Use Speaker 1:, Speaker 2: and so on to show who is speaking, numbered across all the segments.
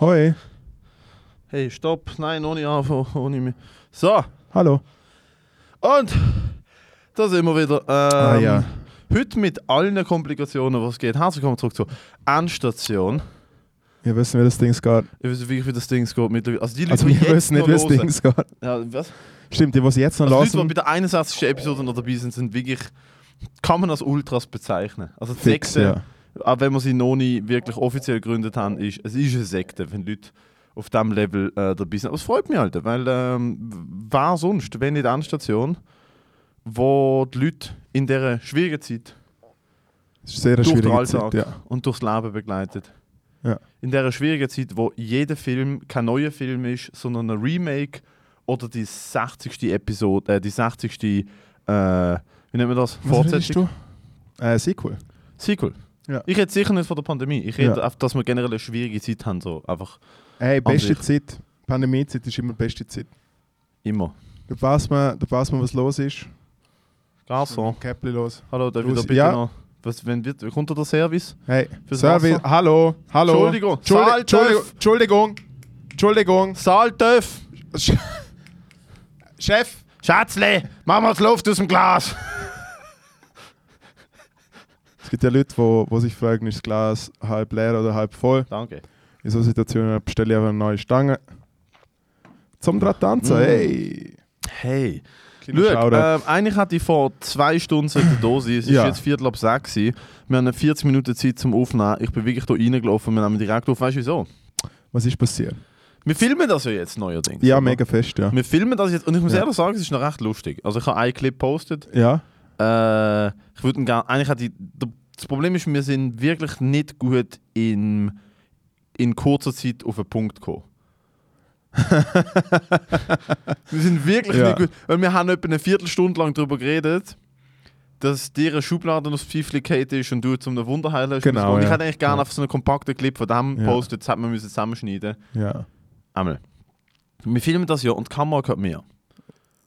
Speaker 1: Hoi.
Speaker 2: Hey, stopp. Nein, ohne Anfang, ohne mich. So,
Speaker 1: Hallo.
Speaker 2: und da sind wir wieder. Ähm,
Speaker 1: Ah, ja.
Speaker 2: Heute mit allen Komplikationen, was geht. Herzlich willkommen zurück zur Endstation.
Speaker 1: Wir wissen, wie das Ding geht.
Speaker 2: Ich weiß wirklich, wie das Ding geht. mittlerweile. Also, die Leute,
Speaker 1: Also
Speaker 2: die
Speaker 1: wir
Speaker 2: jetzt
Speaker 1: wissen nicht,
Speaker 2: noch
Speaker 1: wie das Ding
Speaker 2: hören-
Speaker 1: geht.
Speaker 2: Ja, was?
Speaker 1: Stimmt, die, was jetzt noch
Speaker 2: Also, die Leute,
Speaker 1: lassen,
Speaker 2: die bei der 61. Episode noch dabei sind, sind wirklich. Kann man als Ultras bezeichnen. Also, die
Speaker 1: fix,
Speaker 2: Sekte,
Speaker 1: ja.
Speaker 2: auch wenn wir sie noch nie wirklich offiziell gegründet haben, ist es ist eine Sekte, wenn Leute auf diesem Level äh, dabei sind. Aber es freut mich halt, weil ähm, wer sonst, wenn nicht eine Station, wo die Leute in dieser schwierigen Zeit
Speaker 1: Es ist eine sehr
Speaker 2: durch den
Speaker 1: schwierige
Speaker 2: Alltag
Speaker 1: Zeit. Ja.
Speaker 2: und durchs Leben begleitet.
Speaker 1: Ja.
Speaker 2: In dieser schwierigen Zeit, wo jeder Film kein neuer Film ist, sondern ein Remake oder die 60. Episode, äh, die 60. Äh, wie nennt man das?
Speaker 1: Was redest du? Äh, Sequel.
Speaker 2: Sequel.
Speaker 1: Ja.
Speaker 2: Ich rede sicher nicht von der Pandemie. Ich rede,
Speaker 1: Ja.
Speaker 2: einfach, dass wir generell eine schwierige Zeit haben. So. Einfach
Speaker 1: Hey, beste
Speaker 2: sich.
Speaker 1: Zeit. Pandemiezeit ist immer die beste Zeit.
Speaker 2: immer.
Speaker 1: Da weiß man, da weiß man was los ist.
Speaker 2: Garçon.
Speaker 1: Käppli los.
Speaker 2: Hallo, darf ich da
Speaker 1: Grüß-
Speaker 2: bitte
Speaker 1: ja.
Speaker 2: noch... Was, wenn wird, kommt da der Service?
Speaker 1: Hey,
Speaker 2: Fürs
Speaker 1: Service.
Speaker 2: Wasser?
Speaker 1: Hallo, hallo.
Speaker 2: Entschuldigung.
Speaker 1: Entschuldi-
Speaker 2: Saal
Speaker 1: Entschuldigung.
Speaker 2: darf.
Speaker 1: Entschuldigung. Entschuldigung.
Speaker 2: Saltöff!
Speaker 1: Sch- Chef.
Speaker 2: Schätzle, mach mal die Luft aus dem Glas!
Speaker 1: Es gibt ja Leute, wo, wo sich fragen, ist das Glas halb leer oder halb voll.
Speaker 2: Danke.
Speaker 1: In solchen Situationen bestelle ich einfach eine neue Stange. Zum dran tanzen,
Speaker 2: Mm.
Speaker 1: hey!
Speaker 2: Hey,
Speaker 1: Kleiner
Speaker 2: schau,
Speaker 1: Shoutout.
Speaker 2: ähm, eigentlich hatte ich vor zwei Stunden sollte da sein. Es ist
Speaker 1: Ja.
Speaker 2: jetzt Viertel ab sechs. gewesen. Wir haben 40 Minuten Zeit zum Aufnehmen. Ich bin wirklich hier reingelaufen. Wir nehmen direkt auf. Weißt du wieso?
Speaker 1: Was ist passiert?
Speaker 2: Wir filmen das ja jetzt neuerdings.
Speaker 1: Ja,
Speaker 2: oder?
Speaker 1: mega fest, ja.
Speaker 2: Wir filmen das jetzt und ich muss
Speaker 1: Ja.
Speaker 2: ehrlich sagen, es ist noch recht lustig. Also ich habe einen Clip gepostet.
Speaker 1: Ja,
Speaker 2: Äh, ich würde ihn gerne. Eigentlich hat die. der- Das Problem ist, wir sind wirklich nicht gut in, in kurzer Zeit auf einen Punkt gekommen. wir sind wirklich
Speaker 1: Ja.
Speaker 2: nicht gut. Weil wir haben etwa eine Viertelstunde lang darüber geredet, dass dir eine Schublade aufs Pfeifchen gefallen ist und du zum Wunderheil hast.
Speaker 1: Genau,
Speaker 2: und ich
Speaker 1: ja.
Speaker 2: hätte eigentlich gerne
Speaker 1: Ja.
Speaker 2: auf so einen kompakten Clip von dem
Speaker 1: Ja.
Speaker 2: gepostet, das hätten wir müssen zusammenschneiden
Speaker 1: ja.
Speaker 2: Einmal. Wir filmen das ja und die Kamera gehört mir.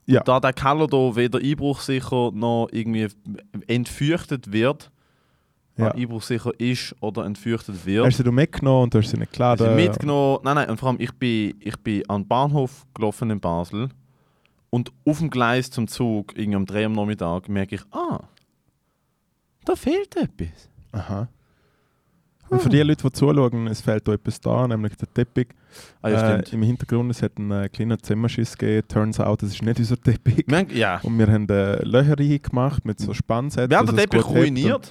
Speaker 1: Ja.
Speaker 2: Da der Keller da weder einbruchsicher noch irgendwie entfürchtet wird,
Speaker 1: ja.
Speaker 2: ah, einbruchsicher ist oder entfürchtet wird.
Speaker 1: Hast du sie mitgenommen und du hast sie nicht
Speaker 2: Ich
Speaker 1: geladen?
Speaker 2: bin mitgenommen, nein, nein, und vor allem ich bin, ich bin an den Bahnhof gelaufen in Basel und auf dem Gleis zum Zug, irgendwie um 3 am Nachmittag, merke ich, ah, da fehlt etwas.
Speaker 1: Aha. Und für die Leute, die zuschauen, es fehlt da etwas da, nämlich der Teppich.
Speaker 2: Ah, ja,
Speaker 1: äh,
Speaker 2: stimmt.
Speaker 1: Im Hintergrund, es hat einen äh, kleinen Zimmerschiss gegeben. Turns out, es ist nicht unser Teppich.
Speaker 2: Wir haben, ja.
Speaker 1: Und wir haben äh, Löcher reingemacht mit so Spannsätzen.
Speaker 2: wir haben den
Speaker 1: dass es
Speaker 2: Teppich
Speaker 1: gut hebt. Und
Speaker 2: ruiniert.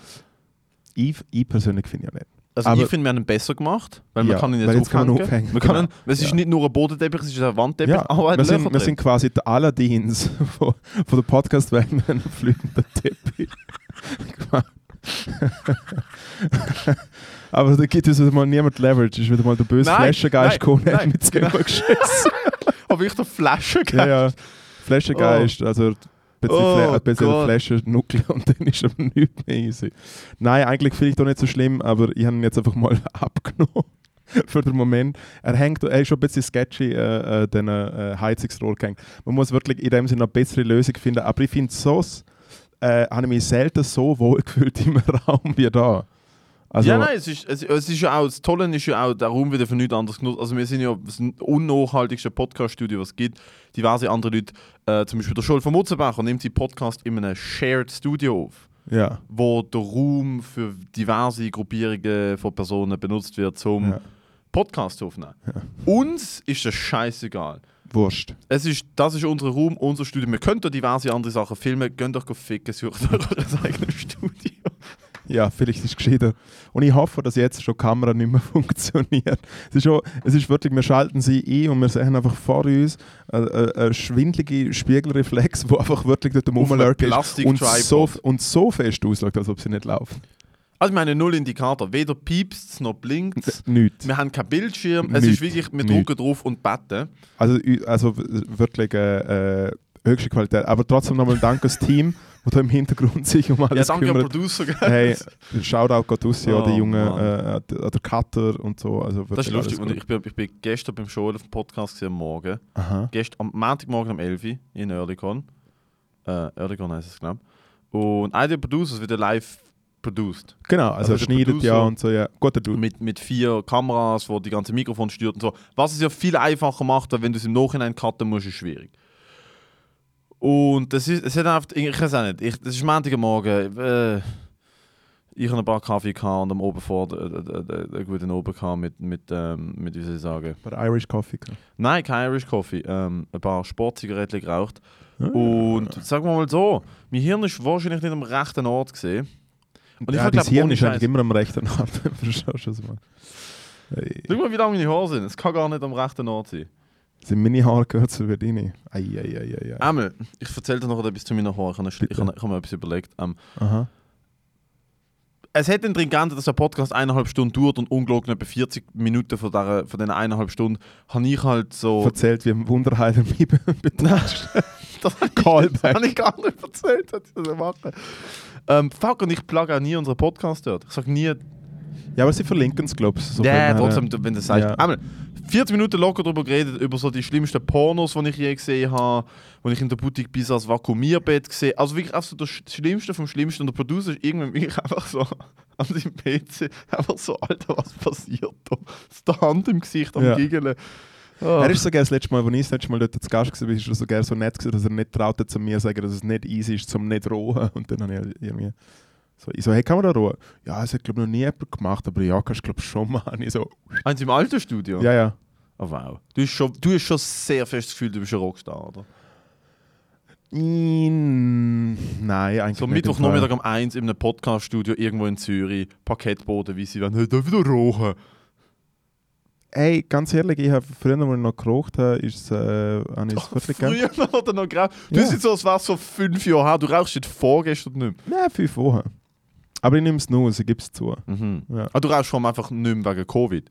Speaker 1: Ich, ich persönlich finde ja nicht.
Speaker 2: Also
Speaker 1: Aber-
Speaker 2: ich finde, wir haben ihn besser gemacht, weil man
Speaker 1: Ja,
Speaker 2: kann ihn jetzt,
Speaker 1: weil jetzt kann
Speaker 2: aufhängen.
Speaker 1: man aufhängen,
Speaker 2: Man kann
Speaker 1: genau.
Speaker 2: ihn, es ist
Speaker 1: Ja.
Speaker 2: nicht nur ein Bodenteppich, es ist ein Wandteppich,
Speaker 1: Ja,
Speaker 2: aber ein
Speaker 1: wir, sind,
Speaker 2: Löcher
Speaker 1: wir
Speaker 2: drin.
Speaker 1: sind quasi die Aladdins von, von der Podcast-Welt mit einem fliegenden Teppich. Aber da gibt es wieder mal niemand Leverage. Ist wieder mal der böse
Speaker 2: Nein,
Speaker 1: Flaschengeist
Speaker 2: nein,
Speaker 1: gekommen und hat
Speaker 2: nein. genau.
Speaker 1: mit dem Gamer geschissen.
Speaker 2: Habe ich da Flasche
Speaker 1: ja,
Speaker 2: gehabt?
Speaker 1: ja. Flaschengeist, also ein bisschen,
Speaker 2: Oh
Speaker 1: Fla ein bisschen
Speaker 2: Gott.
Speaker 1: Flasche Nuckel und dann ist aber nichts mehr easy. Nein, eigentlich finde ich doch nicht so schlimm, aber ich habe ihn jetzt einfach mal abgenommen. Für den Moment. Er hängt, er ist schon ein bisschen sketchy, äh, äh, den äh, Heizungsrohr gehängt. Man muss wirklich in dem Sinne eine bessere Lösung finden. Aber ich finde, so äh, habe ich mich selten so wohl gefühlt im Raum wie da. Also,
Speaker 2: ja, nein, es ist, es, es ist ja auch, das Tolle ist ja auch, der Raum wieder für nichts anderes genutzt. Also wir sind ja das unnachhaltigste Podcast-Studio, was es gibt. Diverse andere Leute, äh, zum Beispiel der Schul von Mutzenbacher, nimmt seinen Podcast in einem Shared Studio auf,
Speaker 1: ja,
Speaker 2: wo der Raum für diverse Gruppierungen von Personen benutzt wird, um
Speaker 1: Ja.
Speaker 2: Podcasts aufzunehmen. Uns ist das scheißegal.
Speaker 1: Wurst.
Speaker 2: Es ist, das ist unser Raum, unser Studio. Wir können da diverse andere Sachen filmen. Geht doch ficken, sucht euch euer eigenes Studio.
Speaker 1: Ja, vielleicht ist es gescheiter. Und ich hoffe, dass jetzt schon die Kamera nicht mehr funktioniert. Es ist, schon, es ist wirklich, wir schalten sie ein und wir sehen einfach vor uns einen äh, äh, schwindlige Spiegelreflex, wo einfach wirklich dort
Speaker 2: Auf einem
Speaker 1: rumlurkt ist und
Speaker 2: Plastik-Tripod.
Speaker 1: so, und so fest aussieht, als ob sie nicht laufen.
Speaker 2: Also ich meine, null Indikator. Weder piepst noch blinkt
Speaker 1: Äh, Nichts.
Speaker 2: Wir haben keinen Bildschirm. Es
Speaker 1: Nicht.
Speaker 2: ist wirklich, wir
Speaker 1: Nicht.
Speaker 2: drücken drauf und betten.
Speaker 1: Also, ü- also w- wirklich äh, äh, höchste Qualität. Aber trotzdem nochmal Dank ans Team, wo da im Hintergrund sich um
Speaker 2: Ja,
Speaker 1: alles
Speaker 2: danke an
Speaker 1: kümmert.
Speaker 2: Producer. gell?
Speaker 1: Hey, Shoutout geht raus, ja,
Speaker 2: Oh,
Speaker 1: die Jungen,
Speaker 2: Mann.
Speaker 1: äh, der der Cutter und so. Also
Speaker 2: das ist
Speaker 1: wirklich
Speaker 2: lustig.
Speaker 1: alles
Speaker 2: Und
Speaker 1: gut.
Speaker 2: ich bin, ich bin gestern beim Schule auf dem Podcast gewesen, am Morgen.
Speaker 1: Aha.
Speaker 2: Gestern, am Montagmorgen um 11 Uhr in Earlycon. Äh, Earlycon heisst es, glaube ich. Und einer der Producers wieder live produced.
Speaker 1: Genau, also,
Speaker 2: Also
Speaker 1: er
Speaker 2: der
Speaker 1: schneidet ja
Speaker 2: Producer-
Speaker 1: und so, ja. Guter Dude.
Speaker 2: Mit, mit vier Kameras, wo die ganze Mikrofon stört und so. Was es ja viel einfacher macht, weil wenn du es im Nachhinein cutten musst, ist es schwierig. Und das ist, es hat einfach, ich weiß auch nicht, ich, das ist Montagmorgen, äh, ich habe ein paar Kaffee gehabt und am Oben vor, äh, äh, äh, einen guten Oben gehabt mit, mit, ähm, mit, wie soll ich sagen,
Speaker 1: Bei Irish Coffee. genau.
Speaker 2: nein, kein Irish Coffee, ähm, ein paar Sportzigaretten geraucht
Speaker 1: Ah.
Speaker 2: Und sagen wir mal so, mein Hirn ist wahrscheinlich nicht am rechten Ort gesehen. Und ich
Speaker 1: ja,
Speaker 2: hab,
Speaker 1: dein
Speaker 2: glaub,
Speaker 1: Hirn
Speaker 2: ohne
Speaker 1: ist eigentlich
Speaker 2: Scheiß-
Speaker 1: immer am rechten Ort. Verstehst du das mal? Ey,
Speaker 2: Schau mal, wie lang meine Haare sind. Es kann gar nicht am rechten Ort sein.
Speaker 1: sind meine Haare gehört zu über deine? Eieieiei.
Speaker 2: Einmal, ich erzähle dir noch etwas zu meinen Haaren. Ich habe, ich
Speaker 1: Bitte.
Speaker 2: habe, ich habe mir etwas überlegt. Ähm,
Speaker 1: Aha.
Speaker 2: es hätte drin geändert, dass der Podcast eineinhalb Stunden dauert und ungelogen etwa 40 Minuten von, dieser, von diesen eineinhalb Stunden habe ich halt so...
Speaker 1: Erzählt, wie ein Wunderheiler mich be- betatscht.
Speaker 2: Das habe ich- das
Speaker 1: Callback.
Speaker 2: habe ich gar nicht erzählt, dass ich das mache. Ähm, fuck, und ich plage auch nie unseren Podcast dort. Ich sage nie...
Speaker 1: Ja, aber sie verlinken es, glaube ich. so ne?
Speaker 2: Ja,
Speaker 1: von her,
Speaker 2: trotzdem, wenn du das sagst.
Speaker 1: Ja.
Speaker 2: Einmal, 40 Minuten locker darüber geredet, über so die schlimmsten Pornos, die ich je gesehen habe, wo ich in der Boutique bis als Vakuumierbett gesehen Also wirklich auch so das Sch- Schlimmste vom Schlimmsten. Und der Producer ist irgendwann wirklich einfach so an seinem PC, einfach so, Alter, was passiert da? Ist der Hand im Gesicht am
Speaker 1: Ja.
Speaker 2: Giggeln.
Speaker 1: äh,
Speaker 2: Ah.
Speaker 1: Er ist so gerne das letzte Mal, als ich das letzte Mal dort zu Gast war, ist er so gerne so nett, gewesen, dass er nicht traute, zu mir zu sagen, dass es nicht easy ist, zum nicht rohen. Und dann habe ich halt irgendwie so, ich so, hey, kann man da rohen? Ja, es hat, glaube ich, noch nie jemand gemacht, aber ja, kannst du, glaube ich, schon mal. Und ich so,
Speaker 2: Eins im alten Studio?
Speaker 1: ja, ja.
Speaker 2: Oh, wow. Du hast, schon, du hast schon sehr fest das Gefühl, du bist ein Rockstar, oder?
Speaker 1: Mm, Nein, eigentlich
Speaker 2: So
Speaker 1: nicht im Fall.
Speaker 2: Mittwochnachmittag um 1 in einem Podcaststudio irgendwo in Zürich, Parkettboden, wie sie wollen, hey, darf ich da rochen?
Speaker 1: Ey, ganz ehrlich, ich habe früher, als ich noch geraucht habe, ist es, äh, habe ich es viertel gegeben.
Speaker 2: Früher noch oder noch grau. Du
Speaker 1: Ja.
Speaker 2: bist jetzt so, als wärst du so fünf Jahre her. Du rauchst jetzt vorgestern nicht
Speaker 1: Nein, fünf Wochen. Aber ich nehme es nur, also ich gebe es zu.
Speaker 2: mehr.
Speaker 1: Ja.
Speaker 2: Aber du rauchst vor allem einfach nicht mehr wegen Covid.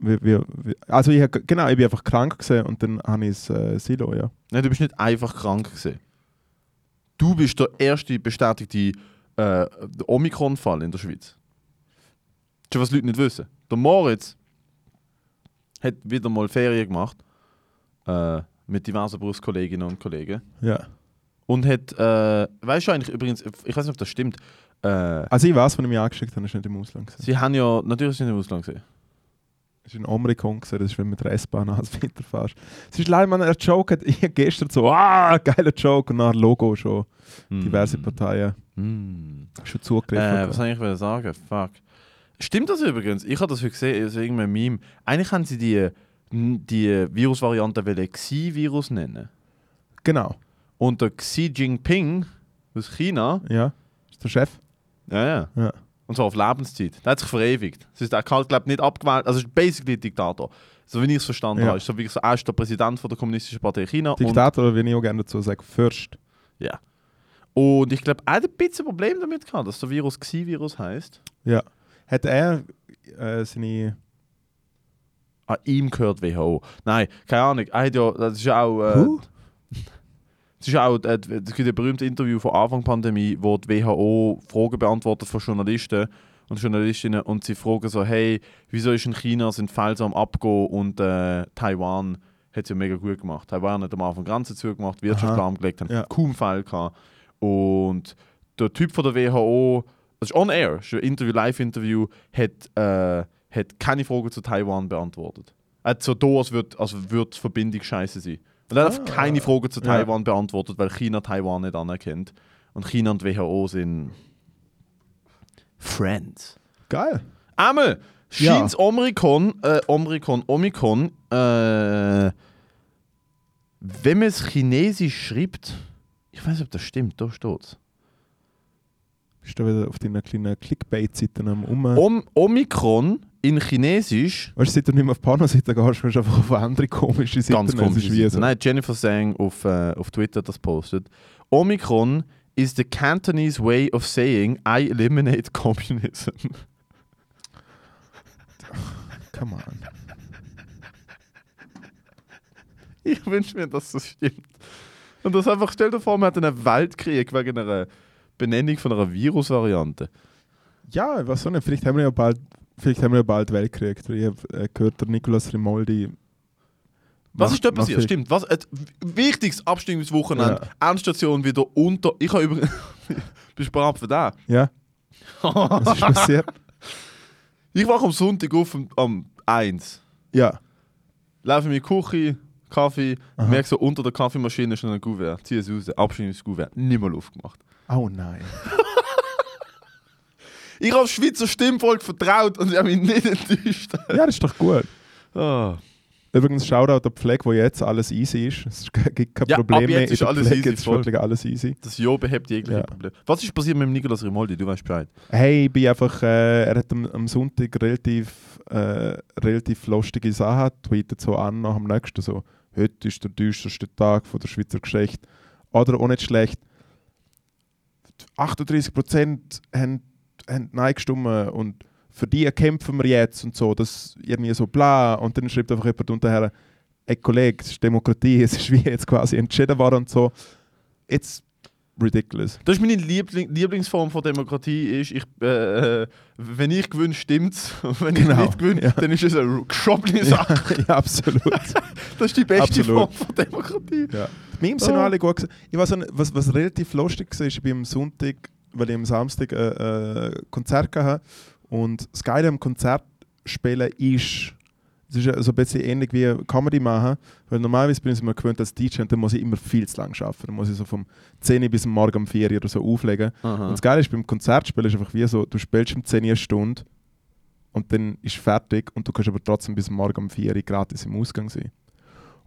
Speaker 1: Wie, wie, wie, also ich, hab- genau, ich bin einfach krank gewesen und dann habe ich es äh, Silo, ja.
Speaker 2: Nein, du bist nicht einfach krank gewesen. Du bist der erste bestätigte äh, Omikron-Fall in der Schweiz. Das ist, was die Leute nicht wissen. Der Moritz hat wieder mal Ferien gemacht äh, mit diversen Berufskolleginnen und Kollegen.
Speaker 1: ja.
Speaker 2: Und hat, äh, weißt du eigentlich übrigens, ich weiß nicht, ob das stimmt, äh,
Speaker 1: Also ich weiß, wenn ich mich angeschickt habe, ist nicht im Ausland. Gewesen.
Speaker 2: sie haben ja, natürlich sind sie im Ausland gesehen.
Speaker 1: Es war in Omrikon, gewesen, das ist, wenn du mit der S-Bahn ans Winter fährst. Es ist leider, man, er Joke hat, ich hab gestern so, ah, geiler Joke und nach Logo schon, diverse Parteien
Speaker 2: Mm.
Speaker 1: schon
Speaker 2: Hm. Äh,
Speaker 1: zugegriffen.
Speaker 2: was soll ich wieder sagen? Fuck. Stimmt das übrigens? Ich habe das heute gesehen, aus irgendeinem Meme. Eigentlich haben sie die, die Virusvariante wollen Xi-Virus nennen.
Speaker 1: genau,
Speaker 2: Und der Xi Jinping aus China,
Speaker 1: ja. Ist der Chef?
Speaker 2: ja, ja.
Speaker 1: Ja.
Speaker 2: Und zwar auf Lebenszeit. Der hat sich verewigt. Es ist, er kann, glaube ich, nicht abgewählt. Also, es ist basically ein Diktator. So wie ich es verstanden
Speaker 1: Ja.
Speaker 2: habe. Ist so wie so, er ist der Präsident von der Kommunistischen Partei China. und-
Speaker 1: Diktator, wie ich auch gerne dazu sage, Fürst.
Speaker 2: Ja. Und ich glaube, er hat ein bisschen Problem damit gehabt, dass der Virus Xi-Virus heißt.
Speaker 1: Ja. Hat er äh, seine.
Speaker 2: An ihm gehört WHO. Nein, keine Ahnung. Er hat ja, das ist ja auch. Äh,
Speaker 1: Who?
Speaker 2: das ist ja auch äh, es gibt ein berühmtes Interview von Anfang der Pandemie, wo die WHO Fragen beantwortet von Journalisten und Journalistinnen und sie fragen so: Hey, wieso ist in China sind Fälle so am Abgehen und äh, Taiwan hat es ja mega gut gemacht. Taiwan hat am Anfang Grenzen zugemacht, Wirtschaft
Speaker 1: Aha.
Speaker 2: lahmgelegt, haben
Speaker 1: Ja.
Speaker 2: kaum Fälle gehabt. Und der Typ von der WHO, das ist on air, das ist ein Interview, Live-Interview, hat, äh, hat keine Frage zu Taiwan beantwortet. Er hat so da, als würde als würd die Verbindung scheiße sein. Und er hat einfach
Speaker 1: Ah.
Speaker 2: keine Frage zu
Speaker 1: Ja.
Speaker 2: Taiwan beantwortet, weil China Taiwan nicht anerkennt. Und China und WHO sind Friends.
Speaker 1: Geil.
Speaker 2: Einmal
Speaker 1: Ja.
Speaker 2: scheint Omikron, äh, Omikron, Omikron, äh, wenn man es chinesisch schreibt, ich weiß nicht, ob das stimmt, da steht
Speaker 1: Bist du wieder auf deinen kleinen Clickbait-Seiten am Um.
Speaker 2: Om Omikron in chinesisch,
Speaker 1: Weißt du, seit du nicht mehr auf Pornoseiten gehst, kannst du einfach auf andere komische Seiten.
Speaker 2: ganz
Speaker 1: Es ist
Speaker 2: komisch.
Speaker 1: Wie so.
Speaker 2: Nein, Jennifer Sang auf, äh, auf Twitter hat das postet. Omikron is the Cantonese way of saying I eliminate communism.
Speaker 1: Come on.
Speaker 2: Ich wünsche mir, dass das stimmt. Und das einfach, stell dir vor, man hat einen Weltkrieg wegen einer Benennung von einer Virusvariante.
Speaker 1: Ja, was so nicht. Vielleicht haben wir ja bald, vielleicht haben wir ja bald Weltkrieg. Ich habe äh, gehört, der Nicolas Rimoldi.
Speaker 2: Was
Speaker 1: macht-
Speaker 2: ist da
Speaker 1: macht
Speaker 2: passiert? Stimmt, was? Äh, wichtiges Abstimmungswochenende,
Speaker 1: Ja.
Speaker 2: Endstation wieder unter. Ich habe übrigens. Bist du bereit für das?
Speaker 1: Ja, was ist passiert?
Speaker 2: ich wache am Sonntag auf um, um 1.
Speaker 1: Ja.
Speaker 2: Laufe in meine Küche, Kaffee, merke so unter der Kaffeemaschine ist noch ein Gouverne. Ziehe es raus, abschneide das Gouverne. Nicht mal aufgemacht.
Speaker 1: Oh nein.
Speaker 2: Ich habe Schweizer Stimmvolk vertraut und ich habe mich nicht enttäuscht.
Speaker 1: Ja, das ist doch gut.
Speaker 2: Ah.
Speaker 1: Übrigens, Shoutout an die Pflege, wo jetzt alles easy ist. Es ist- gibt kein
Speaker 2: Ja, ab
Speaker 1: Problem
Speaker 2: jetzt
Speaker 1: mehr. in
Speaker 2: ist
Speaker 1: der
Speaker 2: alles
Speaker 1: Pflege.
Speaker 2: easy,
Speaker 1: Jetzt ist
Speaker 2: voll.
Speaker 1: wirklich alles easy.
Speaker 2: Das Jo behebt jegliche
Speaker 1: Ja.
Speaker 2: Probleme. Was ist passiert mit dem Nicolas Rimoldi? Du weißt Bescheid.
Speaker 1: Hey, ich bin einfach, äh, er hat am, am Sonntag relativ, äh, relativ lustige Sachen, tweetet so an nach dem nächsten so, heute ist der düsterste Tag von der Schweizer Geschichte. Oder auch nicht schlecht, 38% haben, haben Nein gestimmt und für die kämpfen wir jetzt und so, das irgendwie so bla und dann schreibt einfach jemand unterher, ey Kollege, es ist Demokratie, es ist wie jetzt quasi entschieden worden und so. It's ridiculous.
Speaker 2: Das ist meine Liebling Lieblingsform von Demokratie. Ist, ich, äh, äh, wenn ich gewinne, stimmt's. Und wenn ich
Speaker 1: Genau,
Speaker 2: nicht gewinne,
Speaker 1: ja.
Speaker 2: dann ist es eine geschobene
Speaker 1: Ja,
Speaker 2: Sache.
Speaker 1: ja absolut.
Speaker 2: Das ist die beste
Speaker 1: Absolut.
Speaker 2: Form von Demokratie.
Speaker 1: Ja. Die Memes sind
Speaker 2: Ah.
Speaker 1: noch alle gut. gewesen. Ich weiß, auch nicht, was, was relativ lustig war, ist, ich bin am Sonntag, weil ich am Samstag äh, äh, Konzert hatte und das Geile am Konzert spielen ist, es ist ja so ein bisschen ähnlich wie Comedy machen, weil normalerweise bin ich es mir gewöhnt als DJ und dann muss ich immer viel zu lang arbeiten. Dann muss ich so vom 10 Uhr bis am morgen um 4 Uhr oder so auflegen. Und
Speaker 2: Aha.
Speaker 1: das Geile ist, beim Konzertspielen ist einfach wie so, du spielst um 10 Uhr eine Stunde und dann ist fertig und du kannst aber trotzdem bis morgen um 4 Uhr gratis im Ausgang sein.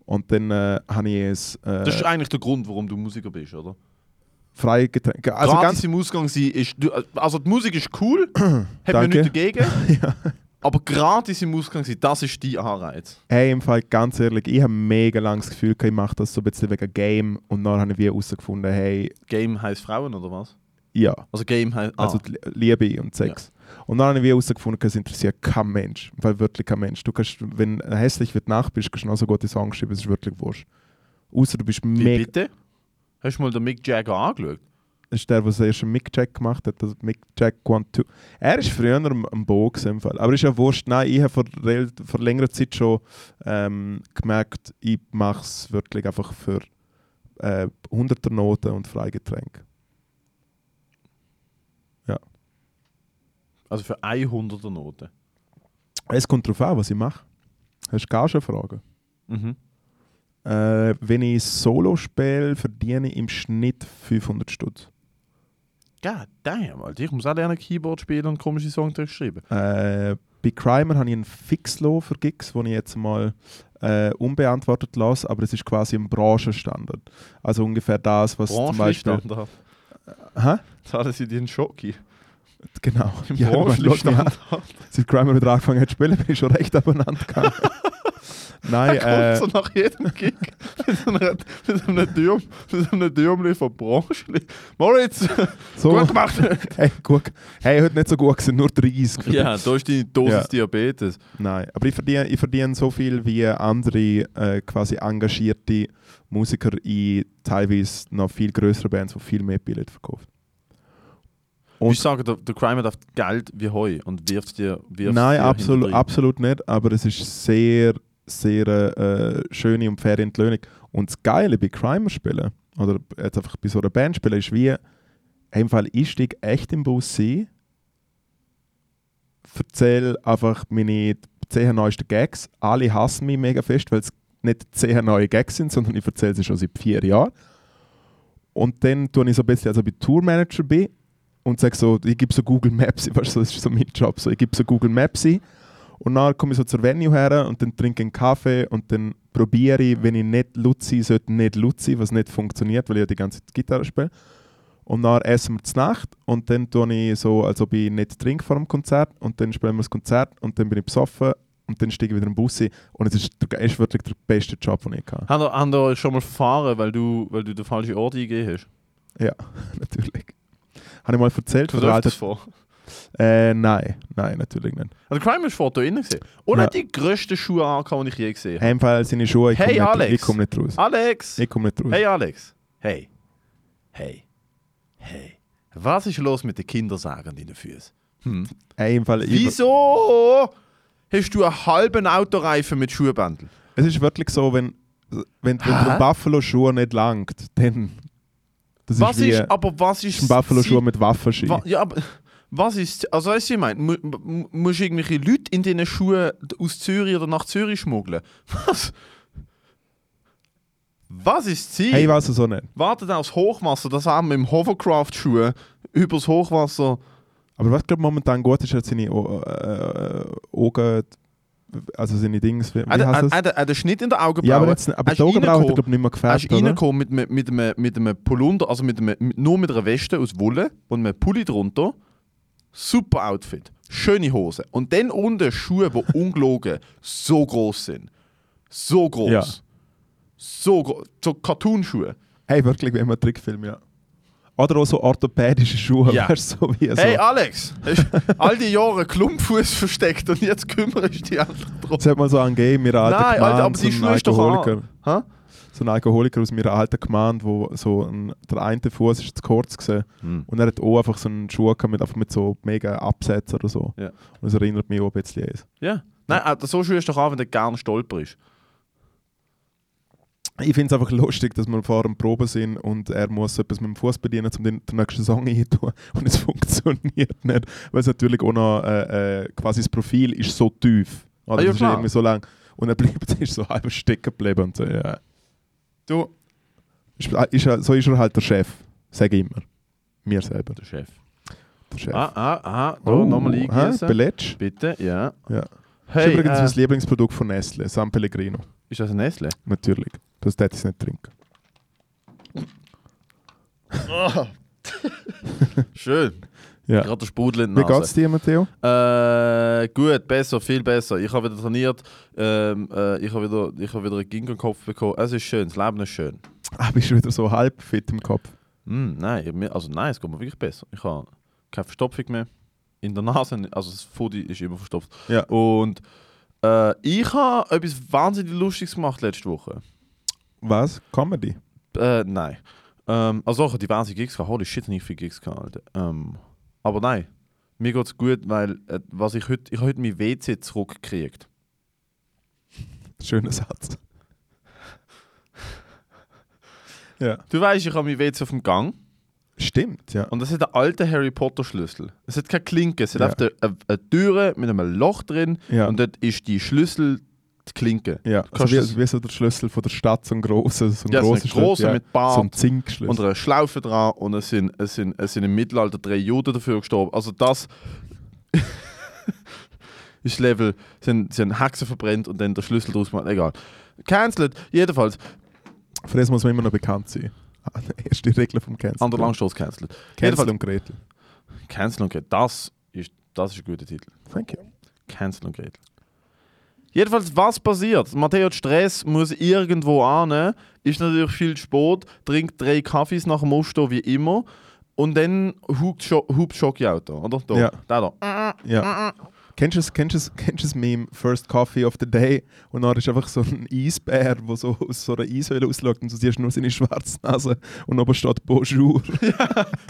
Speaker 1: Und dann äh, habe ich es
Speaker 2: Das ist
Speaker 1: äh,
Speaker 2: eigentlich der Grund, warum du Musiker bist, oder?
Speaker 1: frei getränkt. Also
Speaker 2: Gratis
Speaker 1: ganz
Speaker 2: im Ausgang sein ist. du- Also die Musik ist cool, hat man
Speaker 1: Danke.
Speaker 2: nichts dagegen. Aber gratis im Ausgang sein, das ist die Anreiz.
Speaker 1: Hey, im Fall ganz ehrlich, ich habe mega lange das Gefühl, gehabt, ich mache das so ein bisschen wegen Game und dann habe ich wie herausgefunden, hey,
Speaker 2: Game heißt Frauen oder was?
Speaker 1: ja,
Speaker 2: Also Game heißt. Ah.
Speaker 1: also die Lie- Liebe und Sex. Und dann habe ich wie herausgefunden, es interessiert kein Mensch, weil wirklich kein Mensch. Du kannst, wenn hässlich wird nach bist, kannst du noch so gute Songs schreiben, es ist wirklich wurscht. Außer du bist
Speaker 2: Wie
Speaker 1: mega
Speaker 2: bitte? Hast du mal den Mick Jagger angeschaut?
Speaker 1: Das ist der, der zuerst einen Mick-Check gemacht hat. Also Mick-Check 1, 2. Er ist früher am, am Bo gewesen im Fall. Aber ist ja wurscht. Nein, ich habe vor, rel- vor längerer Zeit schon ähm, gemerkt, ich mache es wirklich einfach für äh, 100er Noten und Freigetränk.
Speaker 2: Also für 100er Noten.
Speaker 1: Es kommt darauf an, was ich mache. Hast du gar schon Fragen?
Speaker 2: Mhm.
Speaker 1: Äh, wenn ich Solo spiele, verdiene ich im Schnitt 500 Stutz.
Speaker 2: God damn, Alter. Ich muss auch lernen Keyboard spielen und komische Songtexte schreiben.
Speaker 1: Äh, bei Crimer habe ich einen Fixlow für Gigs, den ich jetzt mal äh, unbeantwortet lasse, aber es ist quasi ein Branchenstandard. Also ungefähr das, was zum Beispiel.
Speaker 2: Branchenstandard.
Speaker 1: Hä?
Speaker 2: Zahlen sie dir einen Schocki.
Speaker 1: Genau.
Speaker 2: Im
Speaker 1: Ja, aber schau mich an.
Speaker 2: Branchenstandard.
Speaker 1: Seit Crimer wieder angefangen hat zu spielen, bin ich schon recht abeinander gegangen. Nein,
Speaker 2: Er
Speaker 1: äh,
Speaker 2: kommt so nach jedem Gig mit einer- mit einem Dürm, mit einem Dürmli von Branchli. Moritz,
Speaker 1: so.
Speaker 2: gut gemacht!
Speaker 1: Hey, guck. Hey, heute nicht so gut gewesen, nur 30.
Speaker 2: Ja, da ist die Dosis
Speaker 1: Ja.
Speaker 2: Diabetes.
Speaker 1: Nein, aber ich verdiene, ich verdiene so viel wie andere äh, quasi engagierte Musiker in teilweise noch viel größeren Bands, die viel mehr Billett verkaufen. Und-
Speaker 2: Und ich sage, der, der Crime darf Geld wie Heu und wirft dir. Wirft
Speaker 1: Nein,
Speaker 2: dir
Speaker 1: absolut,
Speaker 2: hinterher.
Speaker 1: absolut nicht, aber es ist sehr, sehr äh, schöne und faire Entlöhnung. Und das Geile bei Crimer spielen, oder jetzt einfach bei so einer Band spielen, ist wie, im Fall ich steig echt im Bus sein, erzähle einfach meine 10 neuesten Gags, alle hassen mich mega fest, weil es nicht 10 neue Gags sind, sondern ich erzähle sie schon seit vier Jahren. Und dann tue ich so ein bisschen, als ob ich Tourmanager bin und sage so, ich gebe so Google Maps, weißt du, das ist so mein Job, so, ich gebe so Google Maps ein und dann komme ich so zur Venue her und dann trinke ich einen Kaffee und dann probiere ich, wenn ich nicht Luzi sollte nicht Luzi, was nicht funktioniert, weil ich ja die ganze Zeit Gitarre spiele. Und dann essen wir zur Nacht und dann tue ich so, als ob ich nicht trinke vor dem Konzert und dann spielen wir das Konzert und dann bin ich besoffen und dann steige ich wieder in den Bus ein. und es ist, der- es ist wirklich der beste Job, den ich hatte.
Speaker 2: Haben wir- Haben wir euch schon mal verfahren, weil du, weil du den falschen Ort eingegeben hast?
Speaker 1: Natürlich. Habe ich mal erzählt von
Speaker 2: Kommt
Speaker 1: der
Speaker 2: euch
Speaker 1: alten...
Speaker 2: das vor?
Speaker 1: Äh, nein, nein, natürlich nicht.
Speaker 2: Also, der Crime ist vor da innen gesehen. Und
Speaker 1: Ja.
Speaker 2: hat die grössten Schuhe angehauen, die ich je gesehen habe.
Speaker 1: Heimfall seine Schuhe, ich
Speaker 2: Hey,
Speaker 1: komme
Speaker 2: Alex.
Speaker 1: nicht, ich komm nicht raus.
Speaker 2: Alex!
Speaker 1: Ich komme nicht raus.
Speaker 2: Hey Alex, hey, hey, hey. Was ist los mit den Kindersägen in den Füßen? Hm.
Speaker 1: Hey, im Äh, Fall, ich,
Speaker 2: Wieso hast du einen halben Autoreifen mit Schuhbändeln?
Speaker 1: es ist wirklich so, wenn, wenn, wenn
Speaker 2: Hä?
Speaker 1: der Buffalo-Schuh nicht langt, dann Das
Speaker 2: Was
Speaker 1: wie
Speaker 2: ist, aber was ist.
Speaker 1: ein Buffalo-Schuh mit Waffenski.
Speaker 2: Wa- Ja, aber was ist. Also, weißt du, ich meine, mu- mu- musst du irgendwelche Leute in diesen Schuhen aus Zürich oder nach Zürich schmuggeln? Was? Was ist das Ziel?
Speaker 1: Hey, ich weiß es auch nicht.
Speaker 2: Wartet aufs Hochwasser, das haben wir im Hovercraft-Schuhen übers Hochwasser.
Speaker 1: Aber was glaube momentan gut ist, hat seine O- äh, Augen, also seine Dings, wie, wie
Speaker 2: Hat
Speaker 1: heißt
Speaker 2: hat-
Speaker 1: das?
Speaker 2: hat- hat einen Schnitt in der Augenbraue.
Speaker 1: Ja, aber, jetzt, aber
Speaker 2: Hast
Speaker 1: die
Speaker 2: du
Speaker 1: Augenbrauen hat er
Speaker 2: reingekommen?
Speaker 1: glaube nicht mehr
Speaker 2: Er ist
Speaker 1: gefärbt, oder?
Speaker 2: reingekommen mit, mit, mit, einem, mit einem Polunder, also mit einem, mit, nur mit einer Weste aus Wolle und einem Pulli drunter. Super Outfit, schöne Hose. Und dann unten Schuhe, die ungelogen so groß sind. So groß.
Speaker 1: Ja.
Speaker 2: So groß. So Cartoon-Schuhe.
Speaker 1: Hey, wirklich, wie immer Trickfilm, ja. Oder auch so orthopädische Schuhe,
Speaker 2: Ja.
Speaker 1: weißt du, so wie so.
Speaker 2: Hey Alex, hast all die Jahre Klumpfuß versteckt und jetzt kümmerst du dich endlich drum.
Speaker 1: das hat man so angegeben, wir alten
Speaker 2: Nein,
Speaker 1: Mann,
Speaker 2: Alter, aber die
Speaker 1: so ein
Speaker 2: Schuhe ist doch an.
Speaker 1: Alkoholiker.
Speaker 2: Hä?
Speaker 1: so ein Alkoholiker aus meiner alten Gemeinde, wo so ein, der eine Fuß ist zu kurz gewesen.
Speaker 2: Hm.
Speaker 1: und er hat auch einfach so einen Schuh gehabt mit, einfach mit so mega Absätzen oder so.
Speaker 2: Ja.
Speaker 1: Und das erinnert mich auch ein bisschen an es.
Speaker 2: Ja. Nein, Alter, so Schuhe ist doch an, wenn du gerne stolperst.
Speaker 1: Ich finde es einfach lustig, dass wir vor einem Proben sind und er muss etwas mit dem Fuß bedienen, um den, den nächsten Song einzutun und es funktioniert nicht, weil es natürlich auch noch äh, äh, quasi das Profil ist so tief. Oder
Speaker 2: Ah, ja,
Speaker 1: das ist
Speaker 2: klar.
Speaker 1: irgendwie so lang. Und er bleibt ist so halb stecken geblieben. Und so, ja.
Speaker 2: Du.
Speaker 1: ist, ist, er- so ist er halt der Chef, sage ich immer. Mir selber,
Speaker 2: Der Chef.
Speaker 1: der Chef. Oh,
Speaker 2: Ah, ah, ah, da nochmal
Speaker 1: hä?
Speaker 2: eingießen.
Speaker 1: Beletsch?
Speaker 2: Bitte, ja.
Speaker 1: Ja. das
Speaker 2: Hey,
Speaker 1: ist übrigens
Speaker 2: äh,
Speaker 1: mein Lieblingsprodukt von Nestle, San Pellegrino.
Speaker 2: ist das ein Nestle?
Speaker 1: Natürlich. Das darf ich nicht trinken.
Speaker 2: Schön.
Speaker 1: Ja.
Speaker 2: Gerade der Sprudel in
Speaker 1: Wie
Speaker 2: der
Speaker 1: geht es
Speaker 2: Nase.
Speaker 1: dir, Matteo?
Speaker 2: Äh, gut, besser, viel besser. Ich habe wieder trainiert. Ähm, äh, ich habe wieder, ich habe wieder einen Gink im Kopf bekommen. Es ist schön, das Leben ist schön.
Speaker 1: Ah, bist du wieder so halb fit im Kopf?
Speaker 2: Hm, nein, mir- also nein, es geht mir wirklich besser. Ich habe keine Verstopfung mehr. In der Nase, nicht. also das Fudi ist immer verstopft.
Speaker 1: Ja.
Speaker 2: Und äh, ich habe etwas wahnsinnig Lustiges gemacht letzte Woche.
Speaker 1: Was? Comedy?
Speaker 2: Äh, nein. Ähm, also auch diverse Gigs gehabt. Holy shit, nicht viele Gigs gehabt, Alter. Ähm, aber nein, mir geht's gut, weil äh, was ich heute, ich habe heute mein WC zurückgekriegt.
Speaker 1: Schöner Satz. ja.
Speaker 2: Du weißt, ich habe mein WC auf dem Gang
Speaker 1: Stimmt, ja.
Speaker 2: und das hat der alte Harry Potter Schlüssel. Es hat keine Klinke, es hat
Speaker 1: Ja.
Speaker 2: einfach eine, eine Türe mit einem Loch drin
Speaker 1: Ja.
Speaker 2: und dort ist die Schlüssel die Klinke.
Speaker 1: ja.
Speaker 2: kannst
Speaker 1: so
Speaker 2: das-
Speaker 1: wie, wie so der Schlüssel von der Stadt, so ein grosser, so ein
Speaker 2: Ja, so
Speaker 1: grosser
Speaker 2: ein grosser
Speaker 1: Schlüssel,
Speaker 2: mit Bart
Speaker 1: So ein Zinkschlüssel.
Speaker 2: und einer Schlaufe dran und es sind, es sind, es sind im Mittelalter drei Juden dafür gestorben. Also das ist Level, sind, sind Hexen verbrennt und dann der Schlüssel draus gemacht. Egal. Cancelled, jedenfalls.
Speaker 1: Für das muss man immer noch bekannt sein. Ah, Erste Regel vom Cancel.
Speaker 2: An der Langstoß cancelled.
Speaker 1: Cancel
Speaker 2: Jedenfalls-
Speaker 1: und Gretel.
Speaker 2: Cancel und Gretel, das ist, das ist ein guter Titel.
Speaker 1: Thank you.
Speaker 2: Cancel und Gretel. Jedenfalls, was passiert? Matteo Stress muss irgendwo an, ist natürlich viel Sport, trinkt drei Kaffees nach dem Aufstehen wie immer und dann hupt Scho- hupt Schoki-Auto, oder? Da,
Speaker 1: Ja.
Speaker 2: da, da.
Speaker 1: Ja. Kennst du das, kennst du das, kennst du das Meme First Coffee of the Day? Und dann ist einfach so ein Eisbär, der so aus so einer Eishöhle ausschaut und du siehst nur seine schwarze Nase und oben steht Bonjour.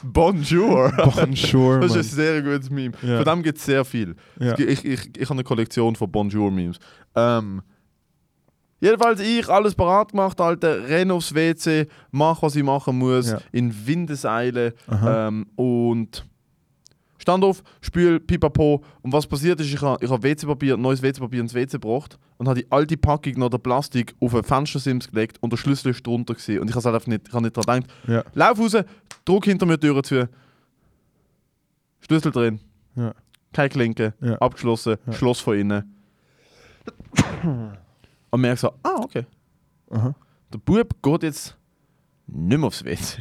Speaker 2: Bonjour!
Speaker 1: Bonjour,
Speaker 2: Das ist ein
Speaker 1: Mann.
Speaker 2: sehr gutes Meme.
Speaker 1: Ja.
Speaker 2: Von dem gibt es sehr viel.
Speaker 1: Ja.
Speaker 2: Ich, ich, ich habe eine Kollektion von Bonjour-Memes. Ähm, jedenfalls ich, alles parat gemacht, Alter. Renn aufs WC, mach, was ich machen muss,
Speaker 1: Ja.
Speaker 2: in Windeseile.
Speaker 1: Aha.
Speaker 2: Ähm, und stand auf, spül, pipapo. Und was passiert ist, ich habe ich hab WC-Papier, neues WC-Papier ins WC gebracht und habe die alte Packung nach der Plastik auf einen Fenstersims gelegt und der Schlüssel ist drunter. Gewesen. Und ich habe halt nicht, ich hab nicht dran gedacht.
Speaker 1: Ja.
Speaker 2: Lauf raus, Druck hinter mir die Türe zu. Schlüssel drin.
Speaker 1: Ja.
Speaker 2: Keine Klinke.
Speaker 1: Ja.
Speaker 2: Abgeschlossen.
Speaker 1: Ja.
Speaker 2: Schloss von innen. Und merkst so, ah, okay.
Speaker 1: Aha.
Speaker 2: Der Bub geht jetzt nicht mehr aufs WC.